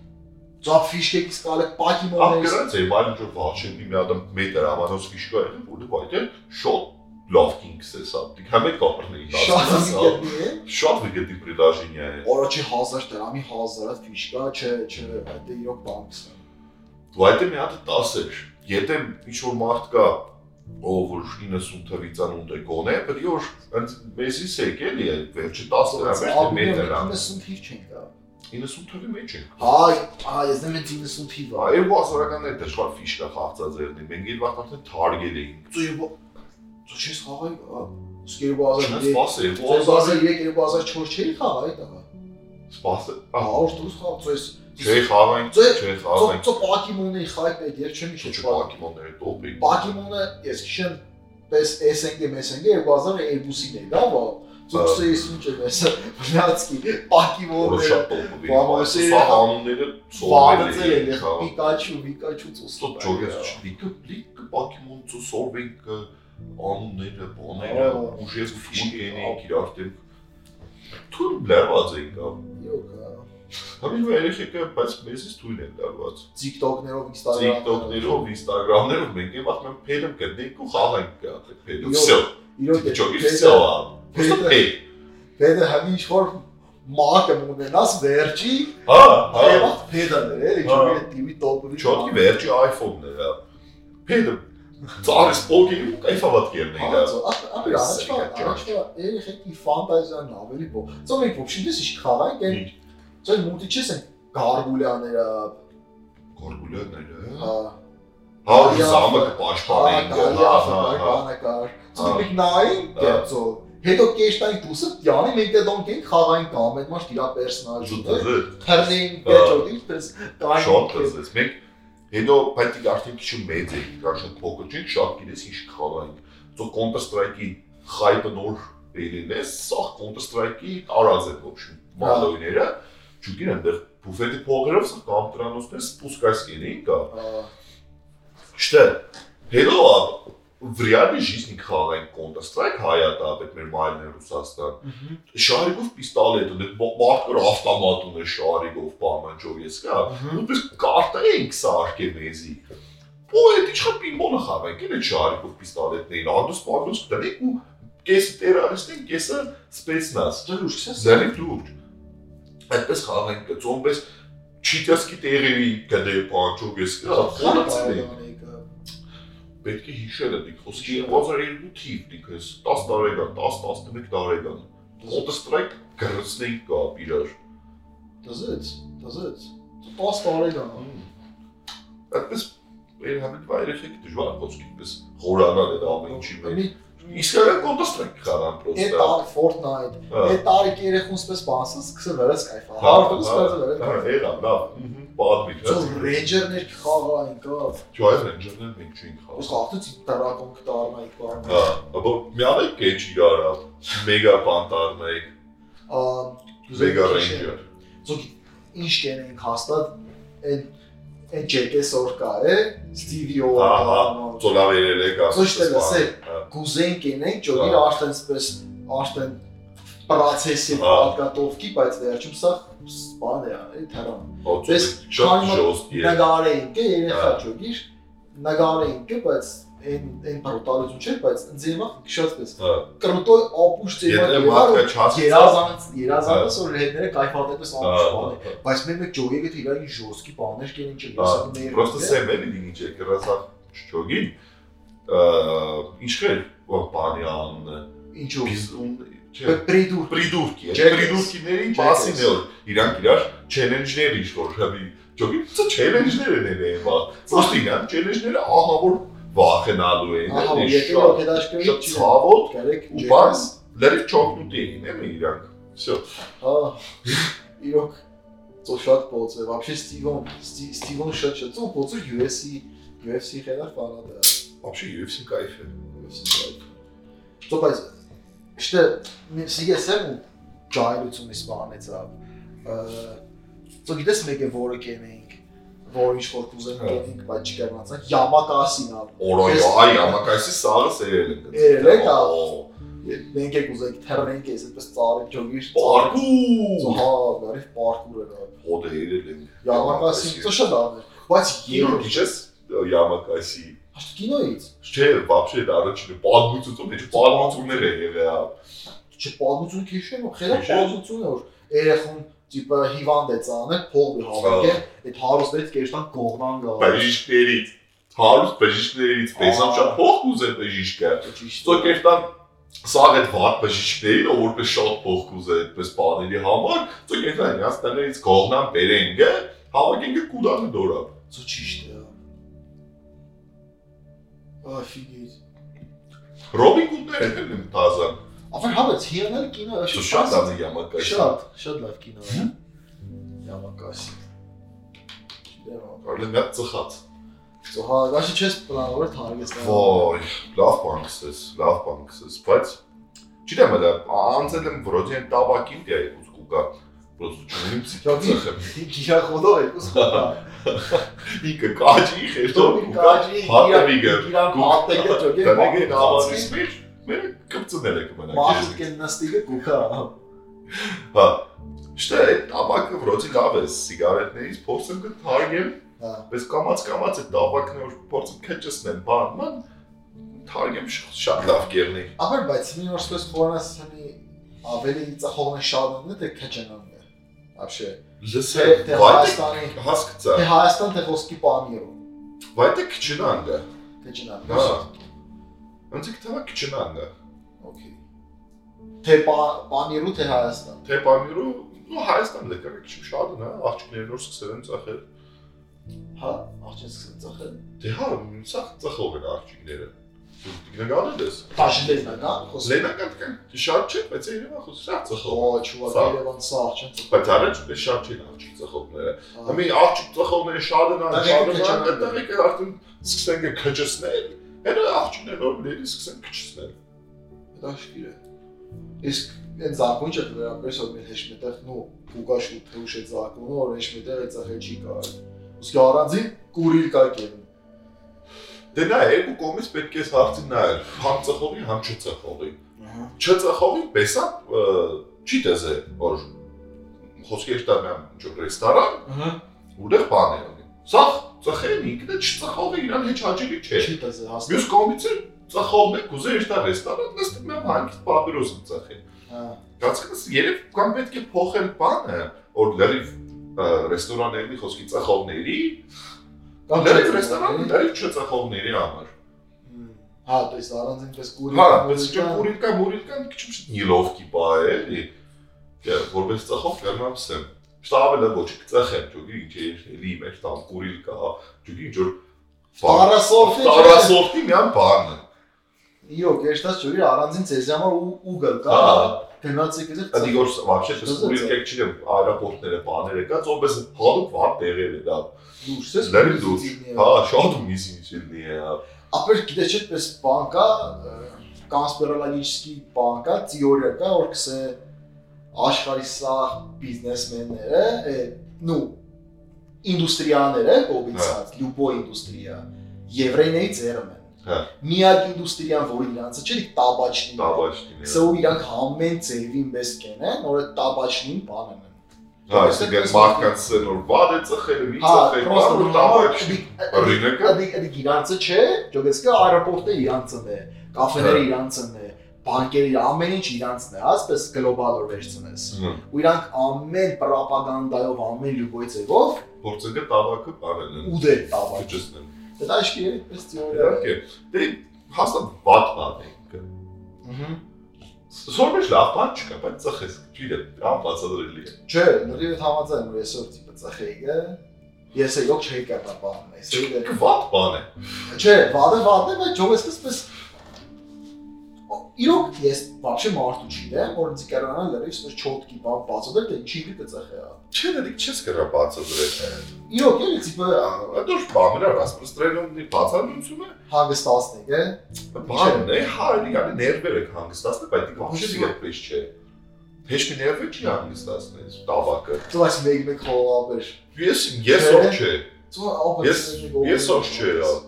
[SPEAKER 5] Ձա ֆիշկեքից կարելի պակիմոներ։
[SPEAKER 4] Ակրած է բան ինչ վաչենի մի ադամ մետր ամանոց ֆիշկա է որովհետև ոյտի շատ լավ կինքս է սա դիք համետ կապրնի
[SPEAKER 5] Շատ զգետի է։
[SPEAKER 4] Շատ վիգետի предложение է։
[SPEAKER 5] Օրոչի 1000 դրամի 1000-ը ֆիշկա, չէ, չէ, այդ է իրոք բանկսն։
[SPEAKER 4] Դու այդ մի հատ 10 էր։ Եթե ինչ որ մարդ կա, ով որ 90 թվից անունդ է դե գոնե, բայց որ այնց մեզից է գելի է, վերջի 10 դրամը մետր է։
[SPEAKER 5] 95 չենք դա։
[SPEAKER 4] 90 թվի մեջ է։
[SPEAKER 5] Հայ, հայ, ես դեմ 95-ը։
[SPEAKER 4] Այո, ասորականներ դժվար ֆիշկա խաղացածերնի։ Մենք իր վաղ արդեն թարգել էինք։
[SPEAKER 5] ծույբո։ Ծու չես խաղայ, սկերբազը։
[SPEAKER 4] Չնա սпасը,
[SPEAKER 5] դե- 2003 2004 չէի Հա, խաղայ դա։
[SPEAKER 4] սпасը։ Ահա,
[SPEAKER 5] 100 դուրս խաղ, ծու ես։
[SPEAKER 4] չէ խաղային,
[SPEAKER 5] Ձե-
[SPEAKER 4] չէ
[SPEAKER 5] Ծո
[SPEAKER 4] խաղային։
[SPEAKER 5] ծո պակիմոնի խայ պետ, ես չեմ
[SPEAKER 4] Չէ,
[SPEAKER 5] իջել պակիմոն։
[SPEAKER 4] պոկեմոնները տոպիկ։
[SPEAKER 5] Պակիմոնը ես քիշեմ պես SNG MSNG 2002-ին է, դա բա։ Ծու
[SPEAKER 4] Ա։
[SPEAKER 5] ես ինչ եմ ես։ Բլացկի, պակիմոնը։
[SPEAKER 4] Որոշա տոպիկ։
[SPEAKER 5] Բամասը-
[SPEAKER 4] Սա անունները
[SPEAKER 5] Վարդել է լեխ
[SPEAKER 4] խաղ-
[SPEAKER 5] Պիկաչու, Պիկաչու ծուստ։
[SPEAKER 4] Ստո ճոգես չդիկը լիքը պոկեմոն ծուսորվենք անունները, բաները,
[SPEAKER 5] Ահա,
[SPEAKER 4] ուժ ես
[SPEAKER 5] ֆիշկի,
[SPEAKER 4] ֆուտեն ենք իր արդեն։ Թուն բլերված ենք, հա։ Համին ու երեխեքը, բայց մեզից թույն են դարված։
[SPEAKER 5] TikTok-ներով,
[SPEAKER 4] TikTok-ներով, Instagram-ներով մենք եւ արդեն փելը գտնենք ու խաղանք գա, փելը։
[SPEAKER 5] Իրո-
[SPEAKER 4] Всё,
[SPEAKER 5] Իրոք է։
[SPEAKER 4] ճոգի всё։ Просто
[SPEAKER 5] Փելը-
[SPEAKER 4] փել։
[SPEAKER 5] Պետք է համ ինչ որ մակը ունենաս վերջի,
[SPEAKER 4] Հա, հա։
[SPEAKER 5] այո, փեդալներ, էլի
[SPEAKER 4] Հա։
[SPEAKER 5] ճոգի TV top-ը։
[SPEAKER 4] Չոքի վերջի iPhone-ն է։ Փելը ծառից փոգի ու կայֆավատ կերնի դա։
[SPEAKER 5] Ապա
[SPEAKER 4] Սա
[SPEAKER 5] առաջվա,
[SPEAKER 4] եկա ճոճ։
[SPEAKER 5] առաջվա երեխեքի ֆանտազիան ավելի բո։ Ծո մենք ոչինչ ես ինչ խաղանք, այն
[SPEAKER 4] Ինչ
[SPEAKER 5] ծո մուտի չես են գարգուլյաները,
[SPEAKER 4] գորգուլերները։
[SPEAKER 5] հա,
[SPEAKER 4] Հա, ու
[SPEAKER 5] Այա,
[SPEAKER 4] ժամը
[SPEAKER 5] հա,
[SPEAKER 4] կպաշտպանենք, հա, հա, հա։
[SPEAKER 5] գարգուլյաներ, ծո մենք նային դեպցո։ Հետո կեշտային դուսը յանի մենք դե դոնք ենք խաղային կամ այդ մաշտ իրա պերսոնաժը։
[SPEAKER 4] Ժուտը
[SPEAKER 5] Թռնեին
[SPEAKER 4] Ա,
[SPEAKER 5] գեջով ինչպես
[SPEAKER 4] Հա։ շոտ ես, մենք հետո բայց արդեն քիչ մեծ է, դրա շատ փոքր չէ, շատ գիտես ինչ խաղայինք։ Ծո Counter Strike-ի Հա։ hype-ը նոր ելին է, սա Counter Strike-ի առած է ոչմ մալոյները, չգիտեմ, դեռ բուֆետի փողերով սա կամ տրանոսներ սպուսկայսկին էին գա։ Չէ։ Հետո վրիալի ժիզնի քաղաքային Counter Strike հայա դա պետք մեր մայրն է Ռուսաստան։ Շարիկով պիստոլ է դու դե մարդը ավտոմատ ունի շարիկով պամանջով ես կա։ Ուտես կարտեր ենք սա արկե մեզի։ Պոետ իշխա պինբոլը խավեք, էլ է շարիկով պիստոլետներին, արդուս պարդուս դրեք ու կես տերարիստին, կեսը սպեցնաս։
[SPEAKER 5] Դրուշ չես։
[SPEAKER 4] Զալի դուրջ։ Այդպես խաղային կծոմպես չիտասկի տեղերի գդե պանջով ես կա, խորացել է։ Պետք է հիշել է դիք, խոսքի 2002 թիվ դիք ես, 10 տարեկան, 10-11 տարեկան։ Counter Strike գրծնեին կա իրար։
[SPEAKER 5] Դզեց, դզեց։ 10 տարեկան։
[SPEAKER 4] Այդպես Էլ համ վայրեխեք դժվար խոսքի, պես խորանալ է դա ամեն ինչի մեջ։
[SPEAKER 5] Մի
[SPEAKER 4] Իսկ հա Counter Strike խաղան
[SPEAKER 5] Այդ
[SPEAKER 4] պրոստա։
[SPEAKER 5] Fortnite, այդ տարիք երեխուն սպես բասը սկսել վերած կայֆա։
[SPEAKER 4] Հա,
[SPEAKER 5] Հարտուս սկսել
[SPEAKER 4] հա,
[SPEAKER 5] վերած։
[SPEAKER 4] հա, լավ։ Պատմի,
[SPEAKER 5] Ձո Ranger-ներ խաղային կա։
[SPEAKER 4] Չէ, ռենջերներ մենք չենք խաղում։
[SPEAKER 5] Ուս խախտուց տարակոն կդառնայի
[SPEAKER 4] Հա, ապա միալը կեչ իրարա,
[SPEAKER 5] բան։
[SPEAKER 4] մեգա պանտարնայի, մեգա ռենջեր։
[SPEAKER 5] Ա Ձո ինչ կենենք հաստատ այն այդ JK-ը կա, է, Stevie-ը։
[SPEAKER 4] Ահա, ծոլավերել է Հա, կա։
[SPEAKER 5] Ոչ թե լսեք, գուզեն կենենք, ճո
[SPEAKER 4] Հա։
[SPEAKER 5] իր արդեն սպես արդեն process-ի
[SPEAKER 4] Հա.
[SPEAKER 5] պատկատովքի, բայց վերջում սա սպան է, արել, թարան։
[SPEAKER 4] Պես
[SPEAKER 5] Պես
[SPEAKER 4] շատ
[SPEAKER 5] քանի մոտ
[SPEAKER 4] ժոստի է։
[SPEAKER 5] նկարեինք է երեխա
[SPEAKER 4] Ա.
[SPEAKER 5] ճոգիր նկարեինք է բայց այն այն բրուտալիզմ չէ բայց ձեւը շատպես
[SPEAKER 4] Հա,
[SPEAKER 5] կրուտոյ ապուշ
[SPEAKER 4] Եթե
[SPEAKER 5] ձեւը
[SPEAKER 4] մարդը չհասի։
[SPEAKER 5] երազանց երազանց որ հետները կայֆատեպս
[SPEAKER 4] Հա,
[SPEAKER 5] ամուշ բան է
[SPEAKER 4] հա, հա,
[SPEAKER 5] բայց մենք մեկ ճոգի գիտի իրան ժոսկի բաներ կեն ինչ
[SPEAKER 4] հա,
[SPEAKER 5] լսա մեր
[SPEAKER 4] Պրոստը սեմ էլի դինիչ է կրասա շոգին։ Ինչքեր որ բանի անունը։
[SPEAKER 5] ինչու
[SPEAKER 4] Բիզուն չէ։
[SPEAKER 5] պրիդուր
[SPEAKER 4] Придурки,
[SPEAKER 5] Jackass.
[SPEAKER 4] придуркиների
[SPEAKER 5] Jackass.
[SPEAKER 4] մասին է որ իրանք իրար չելենջներ ինչ որ հավի ճոգի ծա չելենջներ են երևա ոստի նա չելենջները ահա որ վախենալու են
[SPEAKER 5] ահա
[SPEAKER 4] էլի,
[SPEAKER 5] եթե
[SPEAKER 4] շատ-
[SPEAKER 5] ոք դաշկերի
[SPEAKER 4] շատ ցավոտ
[SPEAKER 5] կարեք
[SPEAKER 4] ու բաս լրիվ չոկնուտ էին էլի իրանք всё
[SPEAKER 5] հա իրոք ծո շատ փոց է вообще ստիվոն Ստի- ստիվոն շատ շատ ծո փոց UFC UFC հետար բանա դա
[SPEAKER 4] вообще UFC кайֆ է
[SPEAKER 5] Что բայց что CSM ջայլուցում էս բանեցավ։ Ծո գիտես մեկը որը կենենք, որ ինչ որ կուզենք
[SPEAKER 4] Հա.
[SPEAKER 5] կենենք, բայց չկարողացա։ Յամակասին ավ։
[SPEAKER 4] օրոյ
[SPEAKER 5] Ես-
[SPEAKER 4] այ ամակայսի սաղը սերել են գցել,
[SPEAKER 5] Երել է կա։
[SPEAKER 4] օ,
[SPEAKER 5] Մենք եք ուզենք թռնենք էս այդպես ծառի ջոգիր։
[SPEAKER 4] պարկու
[SPEAKER 5] Հա, բարի պարկուր էր։
[SPEAKER 4] հոդը երել են
[SPEAKER 5] Յամակասին ծո շատ ավ։ Բայց
[SPEAKER 4] երրորդ
[SPEAKER 5] երրորդ
[SPEAKER 4] դիջես յամակայսի
[SPEAKER 5] աշտ կինոից
[SPEAKER 4] Չէ, вообще դա առաջինը պատմությունում մեջ պատմություններ է եղել։
[SPEAKER 5] չպահություն քեշեն ու խելա
[SPEAKER 4] Քեշեն։
[SPEAKER 5] պահությունը որ երախում տիպը հիվանդ է ծանել,
[SPEAKER 4] Հա։
[SPEAKER 5] փողի հավաք է, այդ հարուստներից կերտան կողնան գա։
[SPEAKER 4] Բժիշկներից, հարուստ բժիշկներից, տեսամ
[SPEAKER 5] Ահա։
[SPEAKER 4] շատ փող կուզեն բժիշկը։
[SPEAKER 5] ճիշտ
[SPEAKER 4] Ստոկ երտան սաղ այդ վատ բժիշկներին, ով որպես շատ փող կուզեն այդպես բաների համար, ստոկ երտան հաստաններից կողնան բերենգը, հավաքենգը կուդանը դորա։
[SPEAKER 5] ծո ճիշտ է աֆիգիտ
[SPEAKER 4] Ռոբին Գուդները դեռ են տազա։
[SPEAKER 5] Աֆր հավաց հիանել հա, կինո է,
[SPEAKER 4] Շատ ավելի յամակայ։
[SPEAKER 5] շատ շատ լավ կինո է Յամակասի Դեռ
[SPEAKER 4] Կարելի է ծխած։
[SPEAKER 5] ծո հա դաշի չես պլանավորել թարգեստ
[SPEAKER 4] Ոյ, լավ բան կսես, լավ բան կսես, բայց չիտեմ հələ, անցել եմ վրոդի են տավակին դիա եկուց կուկա, պրոստո չունիմ
[SPEAKER 5] Ճավի։
[SPEAKER 4] պսիքացախեմ,
[SPEAKER 5] Գիրա խոդով է կուսքա
[SPEAKER 4] ինքը կաջի խերտո կուկա, հատևի գը,
[SPEAKER 5] իրան հատեգը ճոգե
[SPEAKER 4] տանեկ են ավանիս մեջ, մերը կպծնել եք մենակ
[SPEAKER 5] Մաշտ
[SPEAKER 4] եզնից,
[SPEAKER 5] կեն նստիգը կուքա
[SPEAKER 4] հա, շտե այդ տավակը վրոդի լավ է, սիգարետներից փորձեմ կթարգեմ,
[SPEAKER 5] Հա
[SPEAKER 4] պես կամած կամած է տավակն է, որ փորձեմ կեջսնեմ, բան, ման, թարգեմ շ- շատ լավ կերնի,
[SPEAKER 5] Ապա բայց մի օր ստես խորնաս հնի ավելի ծախողն է շատն է թե քեչենան է Вообще թե
[SPEAKER 4] լսել,
[SPEAKER 5] թե
[SPEAKER 4] վայտեք,
[SPEAKER 5] Հայաստանի
[SPEAKER 4] հասկծա,
[SPEAKER 5] թե Հայաստան թե խոսքի պանիրով
[SPEAKER 4] վայտեք չնանգը,
[SPEAKER 5] թե չնան։
[SPEAKER 4] Դա։ Ոնց է կտավա քչնանը։
[SPEAKER 5] Օքեյ։ Թե պա- պանիրու թե Հայաստան։
[SPEAKER 4] Թե Պամիրու, ну Հայաստան դեկարը քիչ շատ նա, աղջիկներն որ սկսել են ծախել։
[SPEAKER 5] Հա, աղջիկ սկսել ծախել։
[SPEAKER 4] Դե հա, սա ծախող են աղջիկները։ Գնալու ես։
[SPEAKER 5] Տաշլենն է դա հա, խոսքը։
[SPEAKER 4] Զենական կան, շատ չէ, բայց երևա խոսի սա ծախող։
[SPEAKER 5] Օ, ճուվակ,
[SPEAKER 4] Սա։
[SPEAKER 5] Երևան սա աղջիկ։
[SPEAKER 4] Բայց առաջ դե շատ չեն աղջիկ ծախողները։ Ամի աղջիկ ծախողները շատ են,
[SPEAKER 5] Դա
[SPEAKER 4] շատ
[SPEAKER 5] մեկը
[SPEAKER 4] են,
[SPEAKER 5] քչանան է։
[SPEAKER 4] այդտեղ էլ արդեն սկսեն քչեցնել։ Հետո աղջիկները նոր լերի սկսեն քչեցնել։
[SPEAKER 5] Տաշկիր է։ Իսկ այդ զարգունջը վերաբերս որ մեր հեշմետեղ նո գուգաշ ու թուշ է զարգունը որ հեշմետեղ է ծախել չի կարող։ Ոսկե առանձին կուրիլ կա կերն։
[SPEAKER 4] Դե նա երկու կողմից պետք է հարցին նայել, համ ծխողի, համ չծխողի։
[SPEAKER 5] Ահա։
[SPEAKER 4] չծխողի պեսա չի դեզե որ խոսքի շտաբյան ինչ որ ռեստորան
[SPEAKER 5] Ահա։
[SPEAKER 4] ուտեղ բան է ունի սա ծխեն ինքնը չծխողը իրան հեչ հաճելի չէ
[SPEAKER 5] Չի դասը հաստատ։
[SPEAKER 4] մյուս կողմից էլ ծխողն է կուզե շտա ռեստորան նստի մեմ հանգիստ պապիրոսը ծխի
[SPEAKER 5] Հա։
[SPEAKER 4] դածքս երբ կամ պետք է փոխել բանը որ լրիվ ը, ռեստորանների խոսքի ծխողների լրիվ ռեստորանը լրիվ չծխողների համար
[SPEAKER 5] Հա, то есть առանձին պես կուրիլ։
[SPEAKER 4] Հա, բայց չէ կուրիլկա, մուրիլկա, քիչ նիլովքի բա է, էլի։ Դա որպես ծախով կարմամսեմ։ Շտաբելը ոչ ծախեմ, ճուգի ինչ է, էլի մեր տան կուրիլկա, ճուգի ինչ որ
[SPEAKER 5] Տարասովի։
[SPEAKER 4] Տարասովի միան բանը։
[SPEAKER 5] Իո, գեշտաս ճուրի առանձին ցեզ համար ու ուգլ կա։
[SPEAKER 4] Հա։
[SPEAKER 5] Գնացեք էլ։
[SPEAKER 4] Դա դիգոր вообще չես կուրիլկա չեմ, аэроպորտները բաները կա, ծոբես հալու վա տեղերը դա։
[SPEAKER 5] դուրս ես։
[SPEAKER 4] Լավ դուր։ Հա, շատ ու միզի միջնի է։
[SPEAKER 5] Ապեր գիտես չէ, պես բան կա, կոնսպիրոլոգիչի բան կա, թեորիա կա, որ կսե աշխարհի սա բիզնեսմենները, է, նու ինդուստրիաները, կոբիցած, լյուբոյ ինդուստրիա, եվրեյների ձեռում
[SPEAKER 4] Հա։
[SPEAKER 5] են։ Միակ ինդուստրիան, որ իրանց չէ, տաբաչնին։ է։
[SPEAKER 4] Տաբաշտին։
[SPEAKER 5] Սա ու իրանք համեն ձևին մեզ կենեն, որ այդ տաբաչնին բանն են։
[SPEAKER 4] Հա, այսինքն մարդկանց նոր բանը ծխելը,
[SPEAKER 5] Հա,
[SPEAKER 4] մի ծխել, բանը տաբաշտին։ Ռինեկը։
[SPEAKER 5] Ադի ադի գիրանցը չէ, ճոգեսկա աերոպորտը իրանցն է, կաֆեները իրանցն է, բանկերը ամեն ինչ իրանցն է, ասես գլոբալ որ վերցնես։ Ու իրանք ամեն ռոպագանդայով, ամեն լյուբոյ ձևով
[SPEAKER 4] Փորձել է տաբակը բանել։
[SPEAKER 5] ուդեր տավաճ։
[SPEAKER 4] Ինչպես նեմ։
[SPEAKER 5] Դա իշքի է, պես թեորիա։
[SPEAKER 4] Իհարկե։ Դե հաստատ բաթ բան է ինքը։
[SPEAKER 5] Ահա։
[SPEAKER 4] Սորմեջ լավ բան չկա, բայց ծխես։ Չգիտեմ, ապացուցելի է։
[SPEAKER 5] Չէ, նրի հետ համաձայն եմ այսօր տիպը ծխեիկը։ Ես էլ ոչ չէի կապապանում այս էլ։
[SPEAKER 4] Չկա բաթ բան է։
[SPEAKER 5] դե- Չէ, վադը վադը, բայց ճոգեսկս պես Իրոք ես բավական մարդու չիդեմ, որ ինձ կարողանան լրիվ պես չոտքի բան բացել, դե ինչի գիտե ծխեա։
[SPEAKER 4] Չէ, դե դիք չես կարա բացատրել։
[SPEAKER 5] Իրոք էլի տիպը
[SPEAKER 4] Այդուր բանը ռասպրստրելնի բացառությունը
[SPEAKER 5] հագստացնեք, է։
[SPEAKER 4] բանն է, հայրի գալի ներվերը հանգստացնի, բայց դիք ոչ չի գտնես չէ։ Ոչ մի ներվը չի հանգստացնես, տավակը։
[SPEAKER 5] Դու այս մեկ մեկ խողաբեր։
[SPEAKER 4] Ես ես ոչ չէ։
[SPEAKER 5] Ծո ապը։
[SPEAKER 4] Ես- ես ոչ չէ, հա։ ա։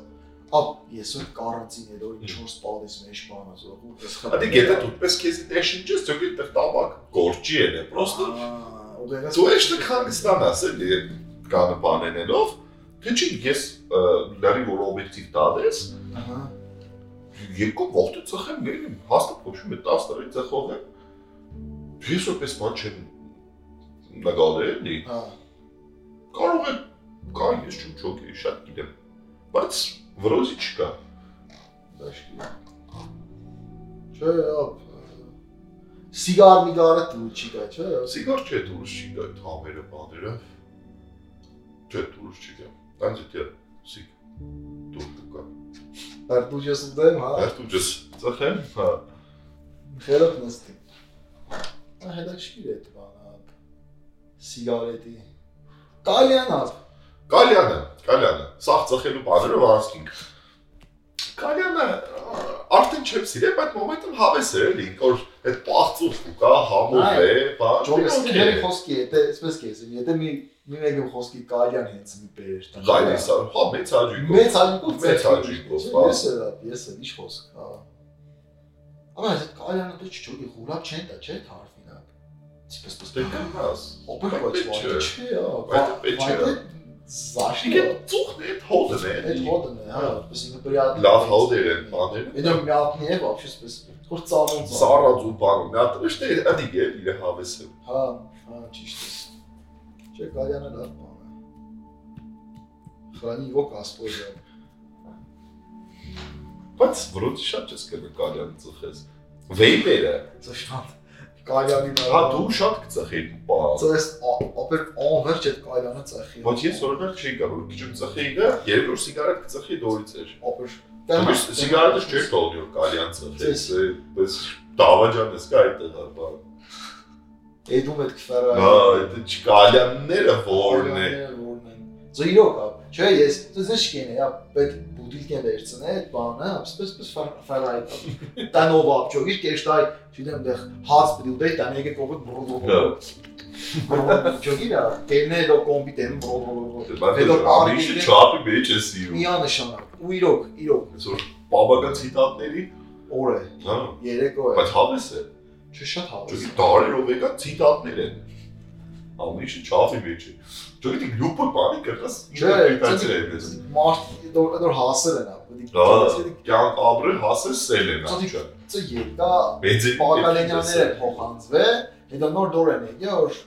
[SPEAKER 5] Ապ, ես ու կարանտին էր, որ 4 պալից մեջ բան ասող ու ես խփում։
[SPEAKER 4] Ադի դե գետը դու պես քեզ դեշնջես, դու գիտես տավակ գործի է, պրոստը
[SPEAKER 5] ուղղակի
[SPEAKER 4] Դու ես Թուրքմենստան ասել է կանը բանենելով, թե չի ես ը, լարի որ օբյեկտիվ տալես,
[SPEAKER 5] Ահա։
[SPEAKER 4] երկու ողջ ծխեմ գերին, հաստատ փոշում է 10 տարի ծխող եմ։ Ես որպես բան չեմ դե, նկարել,
[SPEAKER 5] Հա։
[SPEAKER 4] կարող է կա ես չու չոքի, շատ գիտեմ։ Բայց վրոզի չկա։ Դաշկի։
[SPEAKER 5] Չէ, ապ։ Սիգար միգարը դու չի գա, չէ։
[SPEAKER 4] Սիգար չէ դուրս չի գա այդ համերը բաները։ Չէ դուրս չի գա։ Բայց դե սիգ դուրս կա։
[SPEAKER 5] Դար դու ես ուտեմ, հա։
[SPEAKER 4] Բայց դու ես ծխեմ, հա։
[SPEAKER 5] Խելոք նստի։ Ահա հետաքրքիր է այդ բանը։ ապ։ Սիգարետի։ Կալյանա։
[SPEAKER 4] Կալյանը, կալյանը, սաղ ծխելու բաները վարսկինք։ Կալյանը ա, արդեն չեմ սիրել, բայց մոմենտում հավես է, էլի, որ այդ պաղծուկը կա, համով է, բա դե,
[SPEAKER 5] Ճոգեսկի դերի խոսքի, եթե այսպես կես, եթե մի մի մեկը խոսքի կալյան հենց մի բերեր տա։
[SPEAKER 4] Գայլիս, հա, մեծ աջիկով։
[SPEAKER 5] Մեծ
[SPEAKER 4] Մեծ աջիկով, հա։
[SPEAKER 5] աջիկով Ես էլ, ես էլ ինչ խոսք, հա։ Ամա այդ կալյանը դու չճոգի խուրապ չեն տա, չէ՞ հարֆին հա։ Ինչպես պես
[SPEAKER 4] Դե կնաս։
[SPEAKER 5] օպեր ոչ ոչ,
[SPEAKER 4] Պետք չէ։
[SPEAKER 5] չէ, հա։
[SPEAKER 4] Բայց պետք չէ, հա։
[SPEAKER 5] Զաշիկը
[SPEAKER 4] Իգե ծուխն է, հոդն է։
[SPEAKER 5] այդ
[SPEAKER 4] էլի,
[SPEAKER 5] հոդն է, հա, պես ինքը բրիատ։
[SPEAKER 4] Լավ հոդեր են բաները։
[SPEAKER 5] Այդ մի հատնի է, вообще պես որ ծառոն
[SPEAKER 4] Սառած ու բանը, նա ճիշտ է, ադի գել իր հավեսը։
[SPEAKER 5] Հա, հա, ճիշտ է։ Չէ, Գալյանը լավ բան է։ Խրանի ոք ասպոզը։
[SPEAKER 4] Բայց վրոց շատ չես կը կալյան ծխես։ Վեյպերը,
[SPEAKER 5] Ծշտան։ Գալյանի նա։
[SPEAKER 4] հա դու շատ կծխի բան։
[SPEAKER 5] ծես ապեր անվերջ այդ Գալյանը ծախի։
[SPEAKER 4] Ոչ ես օրինակ չի կարող քիչում ծխի գա, երկրորդ սիգարետ ծխի դորից էր։
[SPEAKER 5] ապեր։
[SPEAKER 4] Դուս սիգարետը չէ տոլի որ կալյան ծխես,
[SPEAKER 5] Ձեզ։
[SPEAKER 4] պես դավաճան էս կա այդ հարբա։
[SPEAKER 5] Էդում այդ քվերա։
[SPEAKER 4] Հա, դա չկալյանները որն է։
[SPEAKER 5] Որն է։ Զիրո կապ։ Չէ, ես դες չկին, я պետ բուդիլկեն վերցնե այդ բանը, ասես պես ֆարայտա։ Տանով ապճոգիր, կեշտայ, չգիտեմ, դեղ հաց բդուդե տան եկե կողը բրոդո։ Ճոգիրա, տենե դո կոմբի տեմ բրոդո։
[SPEAKER 4] բայց ամիշը չափի մեջ է սիրում։
[SPEAKER 5] միանշանակ ու իրոք, իրոք
[SPEAKER 4] Այսօր բաբական ցիտատների,
[SPEAKER 5] օր է,
[SPEAKER 4] հա,
[SPEAKER 5] երեկո է։
[SPEAKER 4] բայց հավես է։
[SPEAKER 5] Չէ, շատ հավես։
[SPEAKER 4] Ճոգի դարերով եկա ցիտատներ են։ Ամիշը չափի մեջ է։ Ճոգի դի լուպը բանի կրտաս
[SPEAKER 5] Չէ,
[SPEAKER 4] ինտերպրետացիա է մեզ։
[SPEAKER 5] մարդ դոր դոր հասել են ապդի։
[SPEAKER 4] Դա կյանք ապրը հասես սելենա։
[SPEAKER 5] Ծա ծա եկա
[SPEAKER 4] Մեծ է։
[SPEAKER 5] Պակալենյանները փոխանցվել, հետո նոր դոր են եկա, որ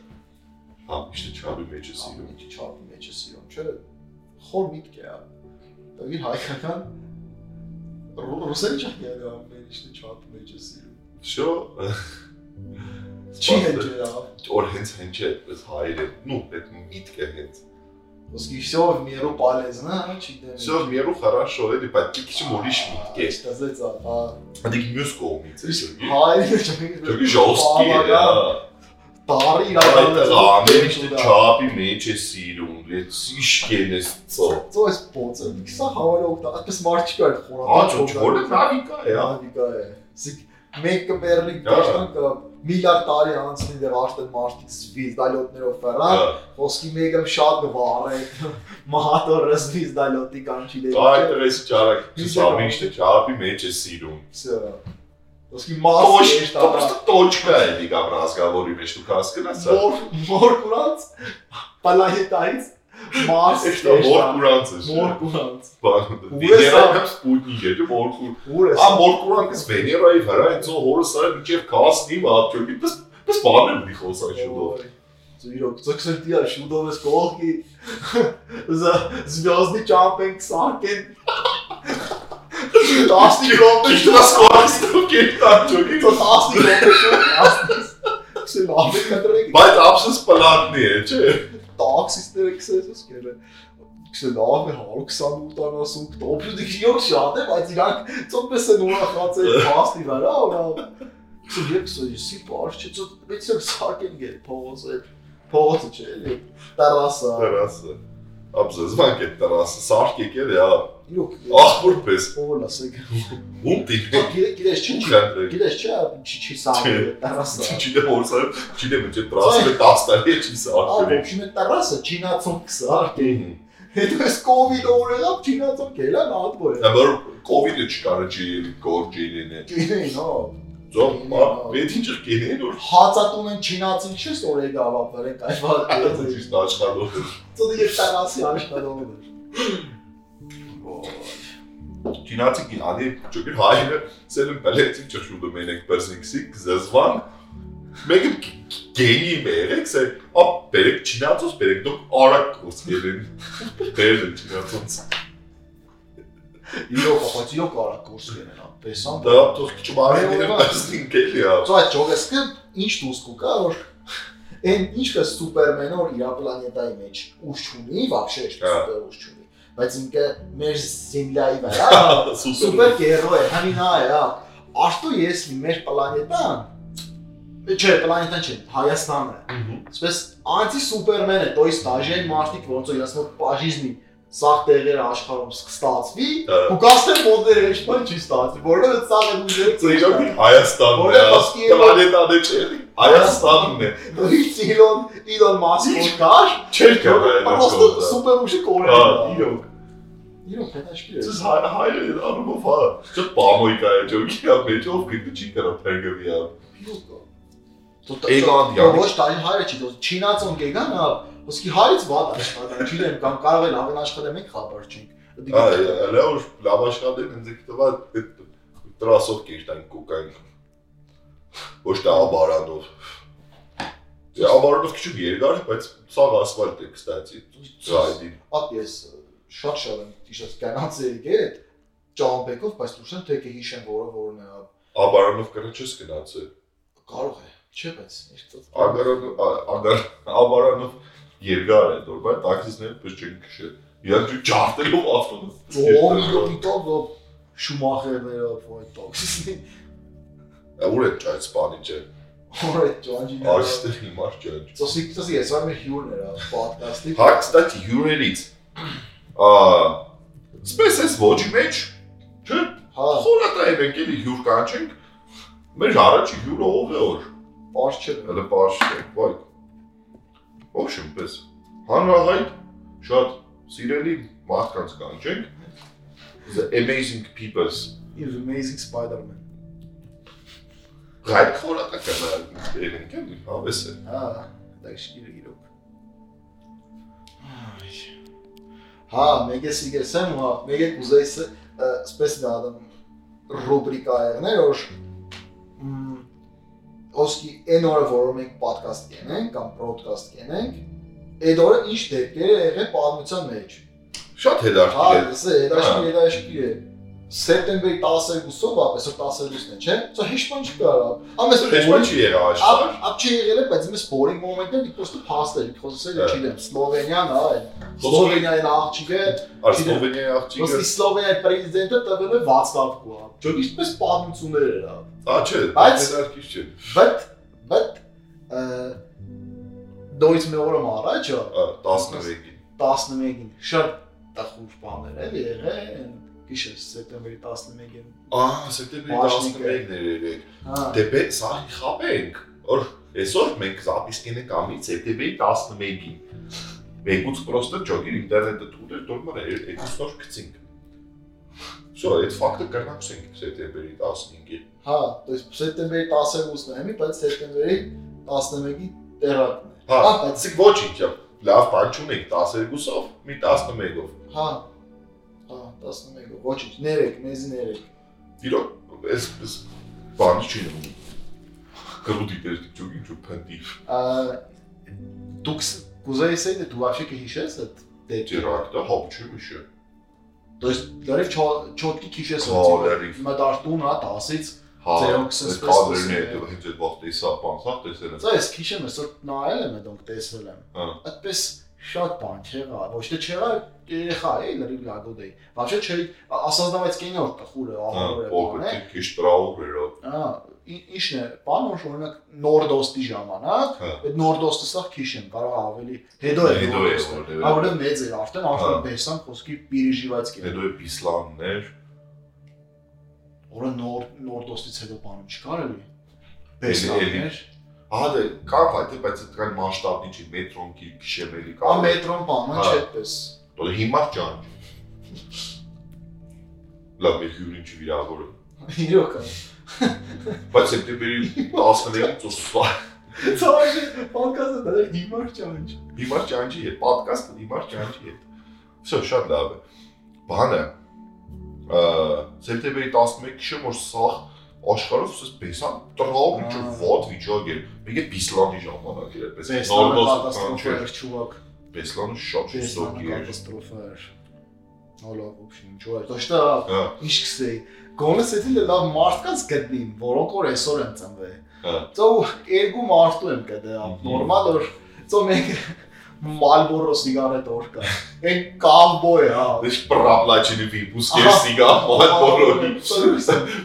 [SPEAKER 4] Ամիշը չափի մեջ է սիրում։
[SPEAKER 5] ամենի չափի մեջ է սիրում, չէ՞։ Խոր միտք է։ Դուի հայկական ռուսեն չափի է դա ամենի չափի մեջ է սիրում։
[SPEAKER 4] Շո։
[SPEAKER 5] Չի հեջերա։
[SPEAKER 4] Որ հենց հենց է, այս հայերը, նո, այդ միտքը հենց
[SPEAKER 5] Ոսկի всё в меру полезно, չի դեմ։
[SPEAKER 4] Все в меру хорошо, это почти к чему лишь митки.
[SPEAKER 5] Ստացեց, ապա
[SPEAKER 4] А ты к мюску умеется. Ты
[SPEAKER 5] հայրը չափի։
[SPEAKER 4] жесткий, да.
[SPEAKER 5] Բարի
[SPEAKER 4] Այդ ամերիշտի չափի մեջ է սիրում, այդ սիշկեն է ծո։
[SPEAKER 5] Ծոս փոցը, քսա հավարող դա, այդպես մարդ չկա այդ խորանը։
[SPEAKER 4] Աճո չորը նավիկա է, հա։
[SPEAKER 5] Հանդիկա է։ Իսկ մեկը բերնի
[SPEAKER 4] Դա։
[SPEAKER 5] դաշտանքը միլիարդ տարի անցնի դեռ արդեն մարդիկ զվիզդալյոտներով ֆերան, խոսքի մեկը շատ գվառ է։ (laughs) Մահատորը զվիզդալյոտի կանչիլի։
[SPEAKER 4] Այդ էս ճարակ,
[SPEAKER 5] Ինչ է
[SPEAKER 4] ամերիշտի չափի մեջ է սիրում։ դե-
[SPEAKER 5] Խոսքի
[SPEAKER 4] Ոչ,
[SPEAKER 5] մասը
[SPEAKER 4] դա պրոստը точка է դիգա բրազգավորի մեջ դու հասկնաս, հա։
[SPEAKER 5] (laughs) Մոր մոր (laughs) կուրած պալայետայից մարս
[SPEAKER 4] Էշտա մոր կուրանց է։
[SPEAKER 5] մոր կուրած։
[SPEAKER 4] Բան,
[SPEAKER 5] Ու ես
[SPEAKER 4] Վեներա
[SPEAKER 5] ա-
[SPEAKER 4] կամ Սպուտնիկ է, դու մոր կուր
[SPEAKER 5] Ուր է։
[SPEAKER 4] Ա մորկուրանքս Վեներայի վրա այդ ծո հորը սա միջև քասնի մաճուկի պես պես բանը մի խոսա շուտով։
[SPEAKER 5] Ծույրոք, ծոքսերտի է շուտով էս կողքի զվյոզդի ճամպեն կսարկեն։ Տասնի
[SPEAKER 4] Դու
[SPEAKER 5] կոպե
[SPEAKER 4] դրաս կորստու (laughs) կետան ճուկի
[SPEAKER 5] շուտ, տասնի կոպե շուտ, տասնիս։ Կսեն ավեն կտրեք,
[SPEAKER 4] բայց ապսս պլաննի է, չէ։
[SPEAKER 5] տաքսիստները կսես ես կերը։ Կսեն ավեն 128-70 կտոպրու դիք իրոք շատ է, բայց իրանք ծոպես են ուրախած է տասնի վրա, որա։ Կսեն եկ սոյսի պարշ չէ, ծոտ մեծ էլ սարկեն գեր, փողոցը։ Փողոցը չէ, էլի։ Տարասա։
[SPEAKER 4] Դրասը։ Ապսս բանկ է դրասը, սարք եկել է, հա։
[SPEAKER 5] Իրոք։
[SPEAKER 4] Ախորպես,
[SPEAKER 5] Ո՞լ ասեք։
[SPEAKER 4] ում դիգ։
[SPEAKER 5] Գիտես չի չի։
[SPEAKER 4] Չկանդրի։
[SPEAKER 5] Գիտես չի, չի չի սաղը, տարասա։
[SPEAKER 4] Չիդե հորսը, չիդե մինչև դրասը 10 տարի չի
[SPEAKER 5] Ահա,
[SPEAKER 4] սարքել։
[SPEAKER 5] ոբշի մետ տարասա, չինացոն կսարք։ Հետո էս կոവിഡ് օրերով չինացոն կելա նատվո է։
[SPEAKER 4] Դա բար կոവിഡ്ը չկար չի գորջինին է։
[SPEAKER 5] Գինեն, հա։
[SPEAKER 4] Ձո, բա պետք է չկենեն որ
[SPEAKER 5] Հացատուն են չինացին չես օրեր գավաբար են
[SPEAKER 4] այդ
[SPEAKER 5] կայված։
[SPEAKER 4] ճիշտ աշխարհով։
[SPEAKER 5] Ծոդի եւ տարասի աշխատողներ։
[SPEAKER 4] Չինացի կին, անի ճոգիր հայրը սելն բալեցի ճշուտ մենեք բերսինքսի զզվան։ Մեկը գեյի մերեք, սա օ բերեք չինացոս բերեք դու արակ կոսկերին։ Բերեն չինացոս։
[SPEAKER 5] Իրոք ապաց իրոք արա կուրս կենան, պես
[SPEAKER 4] Դա թող քիչ բարի դեր բերսինք էլի ա։
[SPEAKER 5] Ծո այդ ճոգեսքը ինչ դուս կուկա որ այն ինչը սուպերմենը որ իր պլանետայի մեջ ուժ ունի, вообще
[SPEAKER 4] Հա։
[SPEAKER 5] սուպեր ուժ ունի, բայց ինքը մեր Զեմլայի վրա սուպեր հերոյ է, համին այ է, աշտու ես մեր պլանետան չէ, պլանետան չէ, Հայաստանը։ Այսպես անտի սուպերմենը, то есть даже այն մարդիկ, ոնց որ իրաց մոտ պաժիզնի սաղ տեղերը աշխարհում կստացվի,
[SPEAKER 4] Հա։
[SPEAKER 5] ու կասեն մոդերը ինչ բան չի ստացվի, որովհետև սաղը ուժեր
[SPEAKER 4] Ծիրոքի Հայաստանն է, պլանետան է չէ։ Հայաստանն է։
[SPEAKER 5] Իլոն Իլոն Մասկը կար,
[SPEAKER 4] Չէ՞ կարա այս
[SPEAKER 5] պրոստո
[SPEAKER 4] գործը։
[SPEAKER 5] սուպեր ուժի կորել։
[SPEAKER 4] Հա, իրոք։
[SPEAKER 5] Իրոք հետաշկիր է։
[SPEAKER 4] Ձեզ հայ հայրը առումով հա, չէ պամոյկա է ջոկի ապեջով գիտի չի կարա փերգվի ա։ Էգան դիա։
[SPEAKER 5] Ոչ, դա հայրը չի, դու չինացոն գեգան, հա, ոսկի հայից վատ աշխատան, չինեմ, կամ կարող է լավն աշխատեմ, մենք խաբար չենք։
[SPEAKER 4] Այ, հələ որ լավ աշխատել ինձ գտվա այդ տրասով կերտան կոկային։ Ոչ թե աբարանով։ Դե աբարանով քիչ երկար, բայց ցավ ասֆալտ է, կստացի։ Ձայնի։
[SPEAKER 5] Ապ ես շատ շատ եմ իշաց կանաց եկել այդ ճամպեկով, բայց ուշեմ թե կհիշեմ որը որն է։ հա,
[SPEAKER 4] Աբարանով կրը չես գնացել։
[SPEAKER 5] Կարող է, չէ՞ բայց ինչ-որ։
[SPEAKER 4] Ագարան ագար աբարանով երկար է, դոր բայց տաքսիստները պես չեն քշել։ Իրանք դու ճարտելով ավտոբուս։
[SPEAKER 5] Ճոմիտով շումախերներով այդ տոքսիսնի։
[SPEAKER 4] Ուր է ճայ սպանիջը։
[SPEAKER 5] Որը ճանջի։
[SPEAKER 4] Աշտեր հիմար ճանջ։
[SPEAKER 5] Ծոսիկ ծոսիկ ես այն հյուրն էր պատկասթի։
[SPEAKER 4] Հա, կստացի հյուրերից Ա Space is ոչի մեջ չէ
[SPEAKER 5] Հա,
[SPEAKER 4] խորատա է մենք էլի հյուր կանչենք։ Մեր առաջի հյուրը ով է օր։
[SPEAKER 5] պարզ չէ։
[SPEAKER 4] Հələ բաշտ է, ոյ։ Ոչմ պես։ Հանրահայտ շատ սիրելի մարդկանց կանչենք։ The amazing people։
[SPEAKER 5] He's amazing Spider-Man։
[SPEAKER 4] Գայք խորատա կանը ենք էլի, հավես է։
[SPEAKER 5] Հա, դա շիրը իրոք։ Այ, Հա, մեկ էս իգեսեմ, հա, մեկ եք ուզեիս սպես դա դամ ռուբրիկա եղներ, որ մ, ոսկի այն օրը, որ մենք պոդքասթ կենենք կամ պրոդքասթ կենենք, այդ օրը ինչ դեպքեր է եղել պատմության մեջ։
[SPEAKER 4] Շատ
[SPEAKER 5] Հա,
[SPEAKER 4] հետաքրքիր է։
[SPEAKER 5] դա դաշտի դաշտի է։ Սեպտեմբերի 12-ով, այսօր 12-ն է, չէ՞։ Սա հեշտ չկա, ամեսօր
[SPEAKER 4] Ոչ մի չի եղա
[SPEAKER 5] Ա-
[SPEAKER 4] աշխարհ։
[SPEAKER 5] Ապ չի եղել է, բայց մեզ boring moment-ը դի պրոստը փաստ է, խոսել է,
[SPEAKER 4] Ա.
[SPEAKER 5] չգիտեմ, Սլովենիան, այ։ Սլովենիայի աղջիկը,
[SPEAKER 4] Արստովենի աղջիկը։
[SPEAKER 5] ոստի Սլովենիայի պրեզիդենտը տվել է Վացլավ Կուա։ Չէ, ինչպես պատմություններ էր, հա։
[SPEAKER 4] Ա չէ,
[SPEAKER 5] Բայց-
[SPEAKER 4] հետաքրքիր չէ։
[SPEAKER 5] Բայց, բայց ը, դոյց մի օրը մարաճ,
[SPEAKER 4] Ա, 11-ին։
[SPEAKER 5] 11-ին շատ տխուր բաներ էլ եղել, գիշեր սեպտեմբերի 11-ին։
[SPEAKER 4] Ահա, սեպտեմբերի
[SPEAKER 5] Մաշնիկ է։
[SPEAKER 4] 11-ն էր երեք։
[SPEAKER 5] Հա։
[SPEAKER 4] Դեպի սա խաբենք։ Որ այսօր մենք զապիսկին ենք ամի սեպտեմբերի 11-ին։ Մեկուց պրոստը ճոգիր ինտերնետը թուլեր, դորմը էկոստոր գցինք։ Всё, այդ ֆակտը կրնակցենք սեպտեմբերի 15-ին։
[SPEAKER 5] Հա, то есть սեպտեմբերի 12-ն է, մի բայց սեպտեմբերի 11-ի
[SPEAKER 4] Հա, այսինքն ոչինչ, լավ
[SPEAKER 5] տերակն է։ Հա, բայց
[SPEAKER 4] բան չունենք 12-ով, մի 11-ով։
[SPEAKER 5] Հա։ Հա, 11-ը, ոչինչ, ներեք, մեզի ներեք։
[SPEAKER 4] Իրոք, այս այս բանը չի նման։ Կրուտի դեր ճոգին ճո փնտի
[SPEAKER 5] Ա դուք գուզայես այդ դե դու вообще կհիշես այդ դեպքը։
[SPEAKER 4] ճիրակտը հոբ չի միշը։
[SPEAKER 5] То есть, լավ չոտքի քիշես
[SPEAKER 4] Հա, լրիվ։
[SPEAKER 5] Հիմա դարտուն հա 10-ից։
[SPEAKER 4] Հա,
[SPEAKER 5] Ձերոքս
[SPEAKER 4] այս
[SPEAKER 5] էսպես
[SPEAKER 4] կադրն
[SPEAKER 5] տեսնում
[SPEAKER 4] է,
[SPEAKER 5] է։
[SPEAKER 4] հետո հետ այդ բախտի սա բան, սա տեսել եմ։
[SPEAKER 5] Ծա ես քիշեմ, այսօր նայել եմ դոնք տեսել եմ։
[SPEAKER 4] Հա։
[SPEAKER 5] Այդպես շատ բան չեղա, ոչ թե չեղա, երեխա էի, լրիվ լագոդ էի։ Вообще չէի, ասազնավայց կեին որ տխուրը,
[SPEAKER 4] Հա,
[SPEAKER 5] ահորը բան է։
[SPEAKER 4] Օգտի քիչ տրաուրերով։
[SPEAKER 5] Հա, ի- ինչն է, բան որ օրինակ Նորդոստի ժամանակ,
[SPEAKER 4] Հա.
[SPEAKER 5] այդ Նորդոստը սա քիչ են, կարող է ավելի հետո է։
[SPEAKER 4] Հետո է,
[SPEAKER 5] Նորդոստը,
[SPEAKER 4] որտեղ է։
[SPEAKER 5] Ավելի մեծ է, արդեն
[SPEAKER 4] Հա.
[SPEAKER 5] արդեն բեսան խոսքի Պիրիժիվաց կերպ։
[SPEAKER 4] Հետո է Իսլամներ,
[SPEAKER 5] Որը նոր Նորդոստից հետո բանում չկար էլի։
[SPEAKER 4] էլի։
[SPEAKER 5] Բեսաններ,
[SPEAKER 4] ահա կապ այդ, բայց այդ կան մասշտաբի չի մետրոն կի քշեմելի
[SPEAKER 5] կա
[SPEAKER 4] կապ։
[SPEAKER 5] մետրոն բանը
[SPEAKER 4] Հա.
[SPEAKER 5] չէպես։
[SPEAKER 4] Դու հիմա ճանջ։ Լավ, մեր հյուրին չի վիրավորը։
[SPEAKER 5] Իրոք։
[SPEAKER 4] Բայց սեպտեմբերի 11-ից ուսվա։
[SPEAKER 5] Ծավալի պոդքասթը դեռ հիմար չանջ։
[SPEAKER 4] Հիմա ճանջի է, ոդկասթը հիմա ճանջի է։ Всё, շատ լավ է։ Բանը ը սեպտեմբերի 11 քշեմ որ սա աշխարհով սա բեսա տրաուր ինչ
[SPEAKER 5] Ա.
[SPEAKER 4] ոդ վիճակ էր։ Մեկ է Իսլամի ժամանակ էր, պես կան
[SPEAKER 5] Բեսանը
[SPEAKER 4] չէ։
[SPEAKER 5] կատաստրոֆա էր, չուակ։
[SPEAKER 4] Հա, Բեսլանը շատ
[SPEAKER 5] Բեսանը
[SPEAKER 4] շոկի էր։
[SPEAKER 5] կատաստրոֆա էր։ Նոլա, ոբշին, չուակ։ Դաշտա
[SPEAKER 4] Հա,
[SPEAKER 5] ինչ կսեի գոնես էդի լավ մարդկանց գտնին որոնք որ այսօր են ծնվել
[SPEAKER 4] Հա։
[SPEAKER 5] ծո երկու մարդու եմ գտա
[SPEAKER 4] Մհմ.
[SPEAKER 5] նորմալ որ ծո մեկ մալբորո սիգարետ օր կա այն կավբոյ հա
[SPEAKER 4] դες պրապլաչինի վիպուս կեր
[SPEAKER 5] Ահա,
[SPEAKER 4] սիգա մալբորոյի։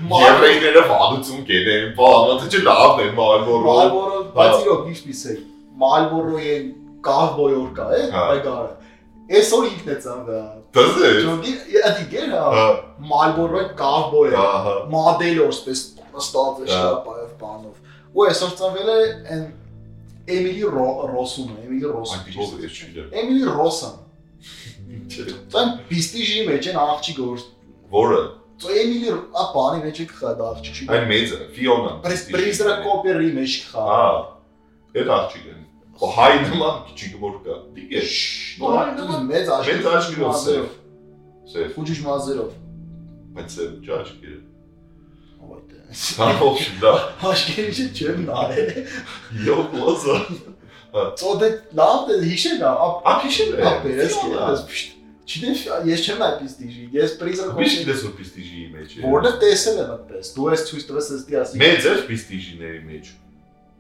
[SPEAKER 5] մալբորո
[SPEAKER 4] Երեները վադուցում կենեն, բանը թե լավն է մալբորոյը։
[SPEAKER 5] մալբորո
[SPEAKER 4] Հա։
[SPEAKER 5] բայց իրոք ինչպես է մալբորոյի այն կավբոյ օր կա է
[SPEAKER 4] Հա։
[SPEAKER 5] բայգարը այսօր ինքն է ծնվել հա։
[SPEAKER 4] Դզե։
[SPEAKER 5] ճոդի ադի գերա
[SPEAKER 4] Հա,
[SPEAKER 5] մալբորոյի կավբոյ է
[SPEAKER 4] ահա։
[SPEAKER 5] մոդել որպես նստած է
[SPEAKER 4] Հա։
[SPEAKER 5] շապայով բանով։ Ու այսօր ծնվել է այն Էմիլի Ռոսումը, Էմիլի
[SPEAKER 4] Անդիգով
[SPEAKER 5] Ռոսը։
[SPEAKER 4] է չիլը։
[SPEAKER 5] Էմիլի Ռոսան։ Տան բիստիժի մեջ են աղջիկ որ։
[SPEAKER 4] Որը
[SPEAKER 5] Ծո Էմիլի Ռ- ա բանի մեջ է քխա դա աղջիկ։
[SPEAKER 4] այն մեծը, Ֆիոնա։
[SPEAKER 5] Պրիզրա կոպերի մեջ քխա։
[SPEAKER 4] Հա։ Այդ աղջիկը։ Ու հայ նման քիչիկ որ կա։ Դիգե։ նո, այն նման-
[SPEAKER 5] մեծ աղջիկ։
[SPEAKER 4] Մեծ աղջիկով սև։ Սև,
[SPEAKER 5] Խուջուջ մազերով։
[SPEAKER 4] բայց սև ճաշկերը։
[SPEAKER 5] Ո՞վ է։
[SPEAKER 4] Հա, ոչինչ դա։
[SPEAKER 5] Աշկերիջը չեմ նայել։
[SPEAKER 4] Եվ լոզա։
[SPEAKER 5] Ծո դե լավ դե հիշել է, ապ
[SPEAKER 4] Ափիշել է։
[SPEAKER 5] Ապերես
[SPEAKER 4] Ֆիոնա։
[SPEAKER 5] կերես։ փշտ, Չիտես, ես չեմ այդպես դիժի։ Ես
[SPEAKER 4] Միշտ
[SPEAKER 5] պրիզրակ
[SPEAKER 4] դես որ պիստիժի մեջ է։
[SPEAKER 5] որը տեսել եմ այդպես։ Դու ես ցույց տվես ես դիասի։
[SPEAKER 4] Մեծ էր պիստիժիների մեջ։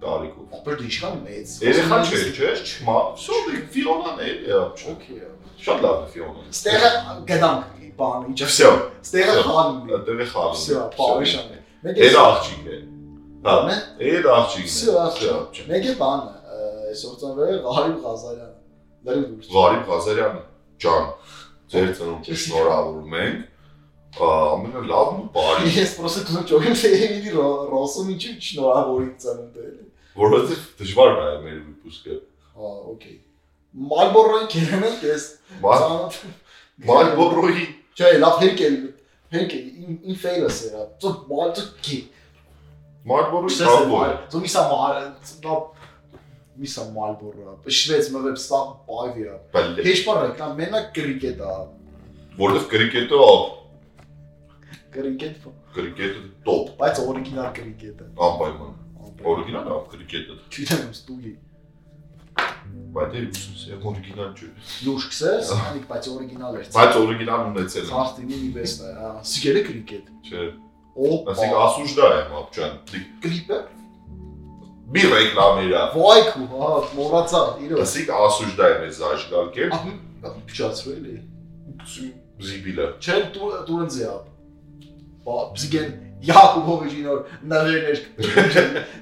[SPEAKER 4] Տարիքով։
[SPEAKER 5] ապեր ինչքան մեծ։
[SPEAKER 4] Երեխա չէ, չէ՞, չմա։ Շուտ է Ֆիոնան է, է, չէ։
[SPEAKER 5] Okay։
[SPEAKER 4] Շատ լավ է Ֆիոնան։
[SPEAKER 5] Ստեղը գտանք բան իջավ։
[SPEAKER 4] Всё,
[SPEAKER 5] Ստեղը խանում է։
[SPEAKER 4] դեռ է խաղում։
[SPEAKER 5] Всё, բավարշան է։ Մեկ
[SPEAKER 4] Էդ աղջիկ է։ Հա,
[SPEAKER 5] Մե-
[SPEAKER 4] էդ աղջիկ։
[SPEAKER 5] Всё, աղջիկ։ Մեկ է բան, այսօր ծնվել է Ղարիբ Ղազարյանը։ Լրիվ դուրս։
[SPEAKER 4] Ղարիբ Ղազարյանը ջան, Ձեր ծնունդը շնորհավորում ենք։ ա, Ամենալավն ու բարին
[SPEAKER 5] Ես պրոսե քսան ճոգեմ թե ինի ռոսում ինչի շնորհավորի ծնունդը։
[SPEAKER 4] որովհետեւ դժվար է մեր վիպուսկը։
[SPEAKER 5] Հա, օքեյ։ Մալբորոյի գերանը ես ծանոթ։
[SPEAKER 4] Մալբորոյի
[SPEAKER 5] Չէ, լավ հերկել, հերկել ին ֆեյլս է, հա։ ծո մալտ կի։
[SPEAKER 4] Մալբորոյի
[SPEAKER 5] Քսես մալ,
[SPEAKER 4] կավբոյ։
[SPEAKER 5] ծո միսա մալ, ծո միսա մալբորոյը։ Շվեծ հա, մը վեբ ստա բայվիա։
[SPEAKER 4] Բալե,
[SPEAKER 5] Հեշպարը կա հա։ մենակ կրիկետ է, հա։
[SPEAKER 4] որովհետեւ կրիկետը օ,
[SPEAKER 5] կրիկետ,
[SPEAKER 4] կրիկետը top
[SPEAKER 5] բայց օրիգինալ կրիկետ է։
[SPEAKER 4] անպայման։ Օրիգինալը ա, կրիկետը,
[SPEAKER 5] Չիտեմ ստուգի։
[SPEAKER 4] բայց դե ուսուս է օրիգինալ չէ։
[SPEAKER 5] Լուրջ քսես, անիկ բայց օրիգինալ էր։
[SPEAKER 4] Բայց օրիգինալ ունեցել է,
[SPEAKER 5] Սարտինի մի վեստա, հա, սիգերը կրիկետ։
[SPEAKER 4] չէ։
[SPEAKER 5] Օպա,
[SPEAKER 4] Ասիկ ասուժդա է մապճան։ դի-
[SPEAKER 5] կլիպը։
[SPEAKER 4] Մի ռեկլամերա։
[SPEAKER 5] Վայքու, հա, մոռացա, իրոք։
[SPEAKER 4] Ասիկ ասուժդա է մեզ աշկալկել։
[SPEAKER 5] Ահա, փչացրել է։
[SPEAKER 4] Զիբիլը։
[SPEAKER 5] Չէ, դու դու ընձ է։ Բա, սիգեր Յակոբովիչին որ նվերներ։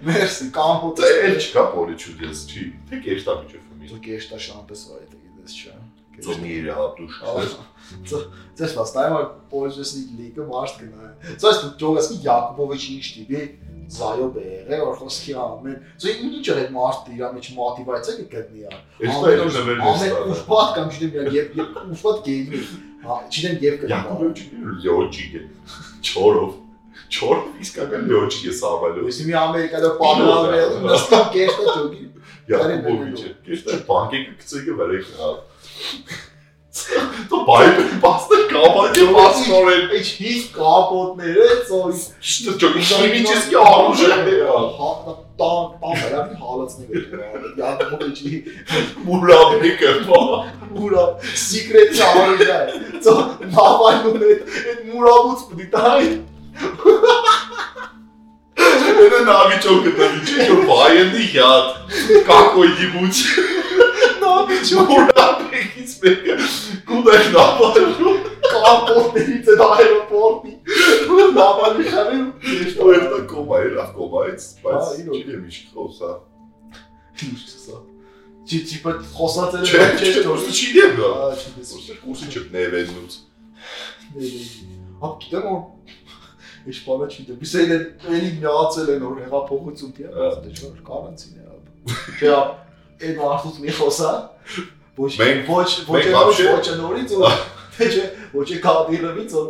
[SPEAKER 5] Մերսի, կամփոց։
[SPEAKER 4] Դա էլ չկա փորի չուտես, չի։ Թե կեշտա միջով մի։
[SPEAKER 5] Ձոք էշտա շանտես վայ դա գիտես չէ։
[SPEAKER 4] Ծոմի իրավաբույժ։
[SPEAKER 5] Ձեզ վստահ եմ պոժեսնի լիգը մարդ գնա։ Ձեզ ճոգասի Յակոբովիչի ինչ տիպի զայոբ է եղել որ խոսքի ամեն։ Ձեզ ինչ էր այդ մարդը իր մեջ մոտիվացիա գտնի ա։
[SPEAKER 4] Էստա էլ նվերներ
[SPEAKER 5] Ամեն
[SPEAKER 4] ստանա։
[SPEAKER 5] ուշպատ կամ չեմ եւ եւ եւ ուշպատ գեյմի։ Հա, չեմ եւ գտնա։
[SPEAKER 4] Յակոբովիչը լյոջիկ է։ Չորով։ Չորով իսկական լյոջիկ է սավալը։
[SPEAKER 5] Ոսի մի ամերիկա դա պանրավել, նստա կեշտա ճոգի։
[SPEAKER 4] Յակոբովիչը կեշտը բանկեկը գծիկը վերեքնա։ Դա բայը բաստը կավակի մասնորեն։
[SPEAKER 5] Ինչ հին կապոտները ծորի։
[SPEAKER 4] Շտը ճոգի շիմիչիսկի արուժը։
[SPEAKER 5] Հա, դա տան տան հրավի հալածներ։ Յակոբովիչի
[SPEAKER 4] Մուրաբնիկը բա։
[SPEAKER 5] մուրա սիկրետ ճավարժա է ծո նավանում է այդ մուրաբուց պիտի տայ
[SPEAKER 4] Էնը նավիճոկը դա վիճոկը բայնի յատ։ Կակոյ դիբուչ։
[SPEAKER 5] նավիչու
[SPEAKER 4] Մուրաբնիկից մեկը կուտա նավալու։
[SPEAKER 5] կապոտներից այդ աերոպորտի նավալի խավին
[SPEAKER 4] Ու էտա կոմա էր, ավ կոմայից,
[SPEAKER 5] Հա,
[SPEAKER 4] բայց
[SPEAKER 5] իրոք։
[SPEAKER 4] չեմ ինչ խոսա։
[SPEAKER 5] չի չի պատ խոսածել
[SPEAKER 4] Չէ, չէ, ոչ չի դեմ գա։
[SPEAKER 5] չի դես
[SPEAKER 4] Որտեղ կուրսի չեք նևելնուց։
[SPEAKER 5] ապ գիտեմ որ ինչ դե բանը չի դեմ իսկ այն էլի միացել են որ հեղափոխություն դիա
[SPEAKER 4] Ա.
[SPEAKER 5] դե չոր կարանտին է ապ չէ ապ այդ մարդուց մի խոսա ոչ
[SPEAKER 4] Մենք-
[SPEAKER 5] ոչ ոչ
[SPEAKER 4] մենք
[SPEAKER 5] ոչ
[SPEAKER 4] вообще-
[SPEAKER 5] ոչ նորից ու թե չէ ոչ կադիրովից ու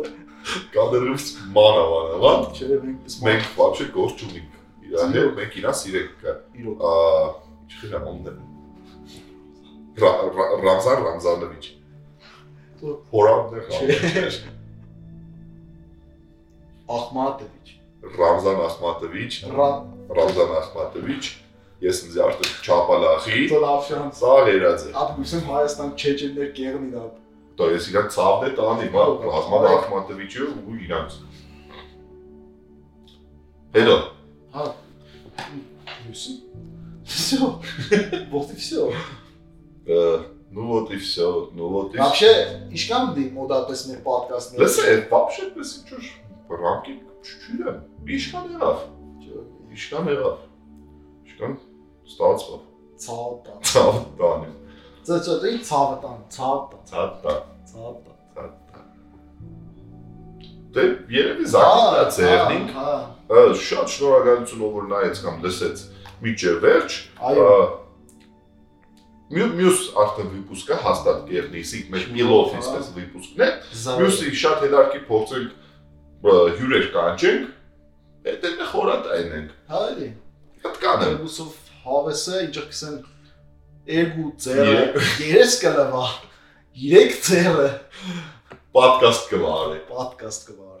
[SPEAKER 4] Կադրուց մանավանավան։
[SPEAKER 5] չէ մենք ս-
[SPEAKER 4] Մենք բաբշե գործ ունենք։ Իրա հետ մենք իրաս իրենք կա։
[SPEAKER 5] իրոք
[SPEAKER 4] Ա, չխիրա ոնդը։ Րա- Րա- Ռամզան Ռամզանովիչ։
[SPEAKER 5] Ո՞ր-
[SPEAKER 4] Հորանդը
[SPEAKER 5] Չէ։ ախմատովիչ
[SPEAKER 4] Ռամզան Ախմատովիչ,
[SPEAKER 5] րա
[SPEAKER 4] Ռամզան Ախմատովիչ, ես ինձ արդեն չապալախի,
[SPEAKER 5] ծոլավշանց
[SPEAKER 4] սա երազը։
[SPEAKER 5] ապ գուսեմ հայաստան չեչեններ կեղնի դա
[SPEAKER 4] Դա ես իրան ցավն է տանի, բա Ռամզան Ախմատովիչը ու իրանց։ Հետո
[SPEAKER 5] հա լուսի (laughs) всё вот и всё
[SPEAKER 4] Э, ну вот и все, ну вот и всё.
[SPEAKER 5] Вообще, ինչքան դի մոդապես մեր պոդքասթները։
[SPEAKER 4] Լսե, вообще պես ինչ որ ռամկի չչիրա։ Իշքան եղավ, իշքան եղավ։ Իշքան ստացվա։
[SPEAKER 5] Ցավտա։
[SPEAKER 4] Ցավ տանի,
[SPEAKER 5] Ծծծի ցավտան, ցավտա,
[SPEAKER 4] ցավ տա,
[SPEAKER 5] ցավտա։
[SPEAKER 4] ցավ տա։ Դե երևի զակտա ծերնինք։
[SPEAKER 5] Հա։
[SPEAKER 4] Ա, Շատ շնորհակալություն ով որ նայեց կամ լսեց միջև վերջ։
[SPEAKER 5] Այո,
[SPEAKER 4] Մյուս մյուս արդեն վիպուսկը հաստատ կերնիսիկ մեր միլոֆ իսպես վիպուսկն է։
[SPEAKER 5] զավ։
[SPEAKER 4] Մյուսի շատ հետարքի փորձենք ը, հյուրեր կանչենք, դեռ խորատային ենք։
[SPEAKER 5] Հայրի։
[SPEAKER 4] Հետ կան եմ։
[SPEAKER 5] Երուսով հավեսը ինչը կսեն երկու ձերը, երես կլավա։ Երեք ձերը
[SPEAKER 4] Պոդքասթ կվարի։
[SPEAKER 5] պոդքասթ կվա։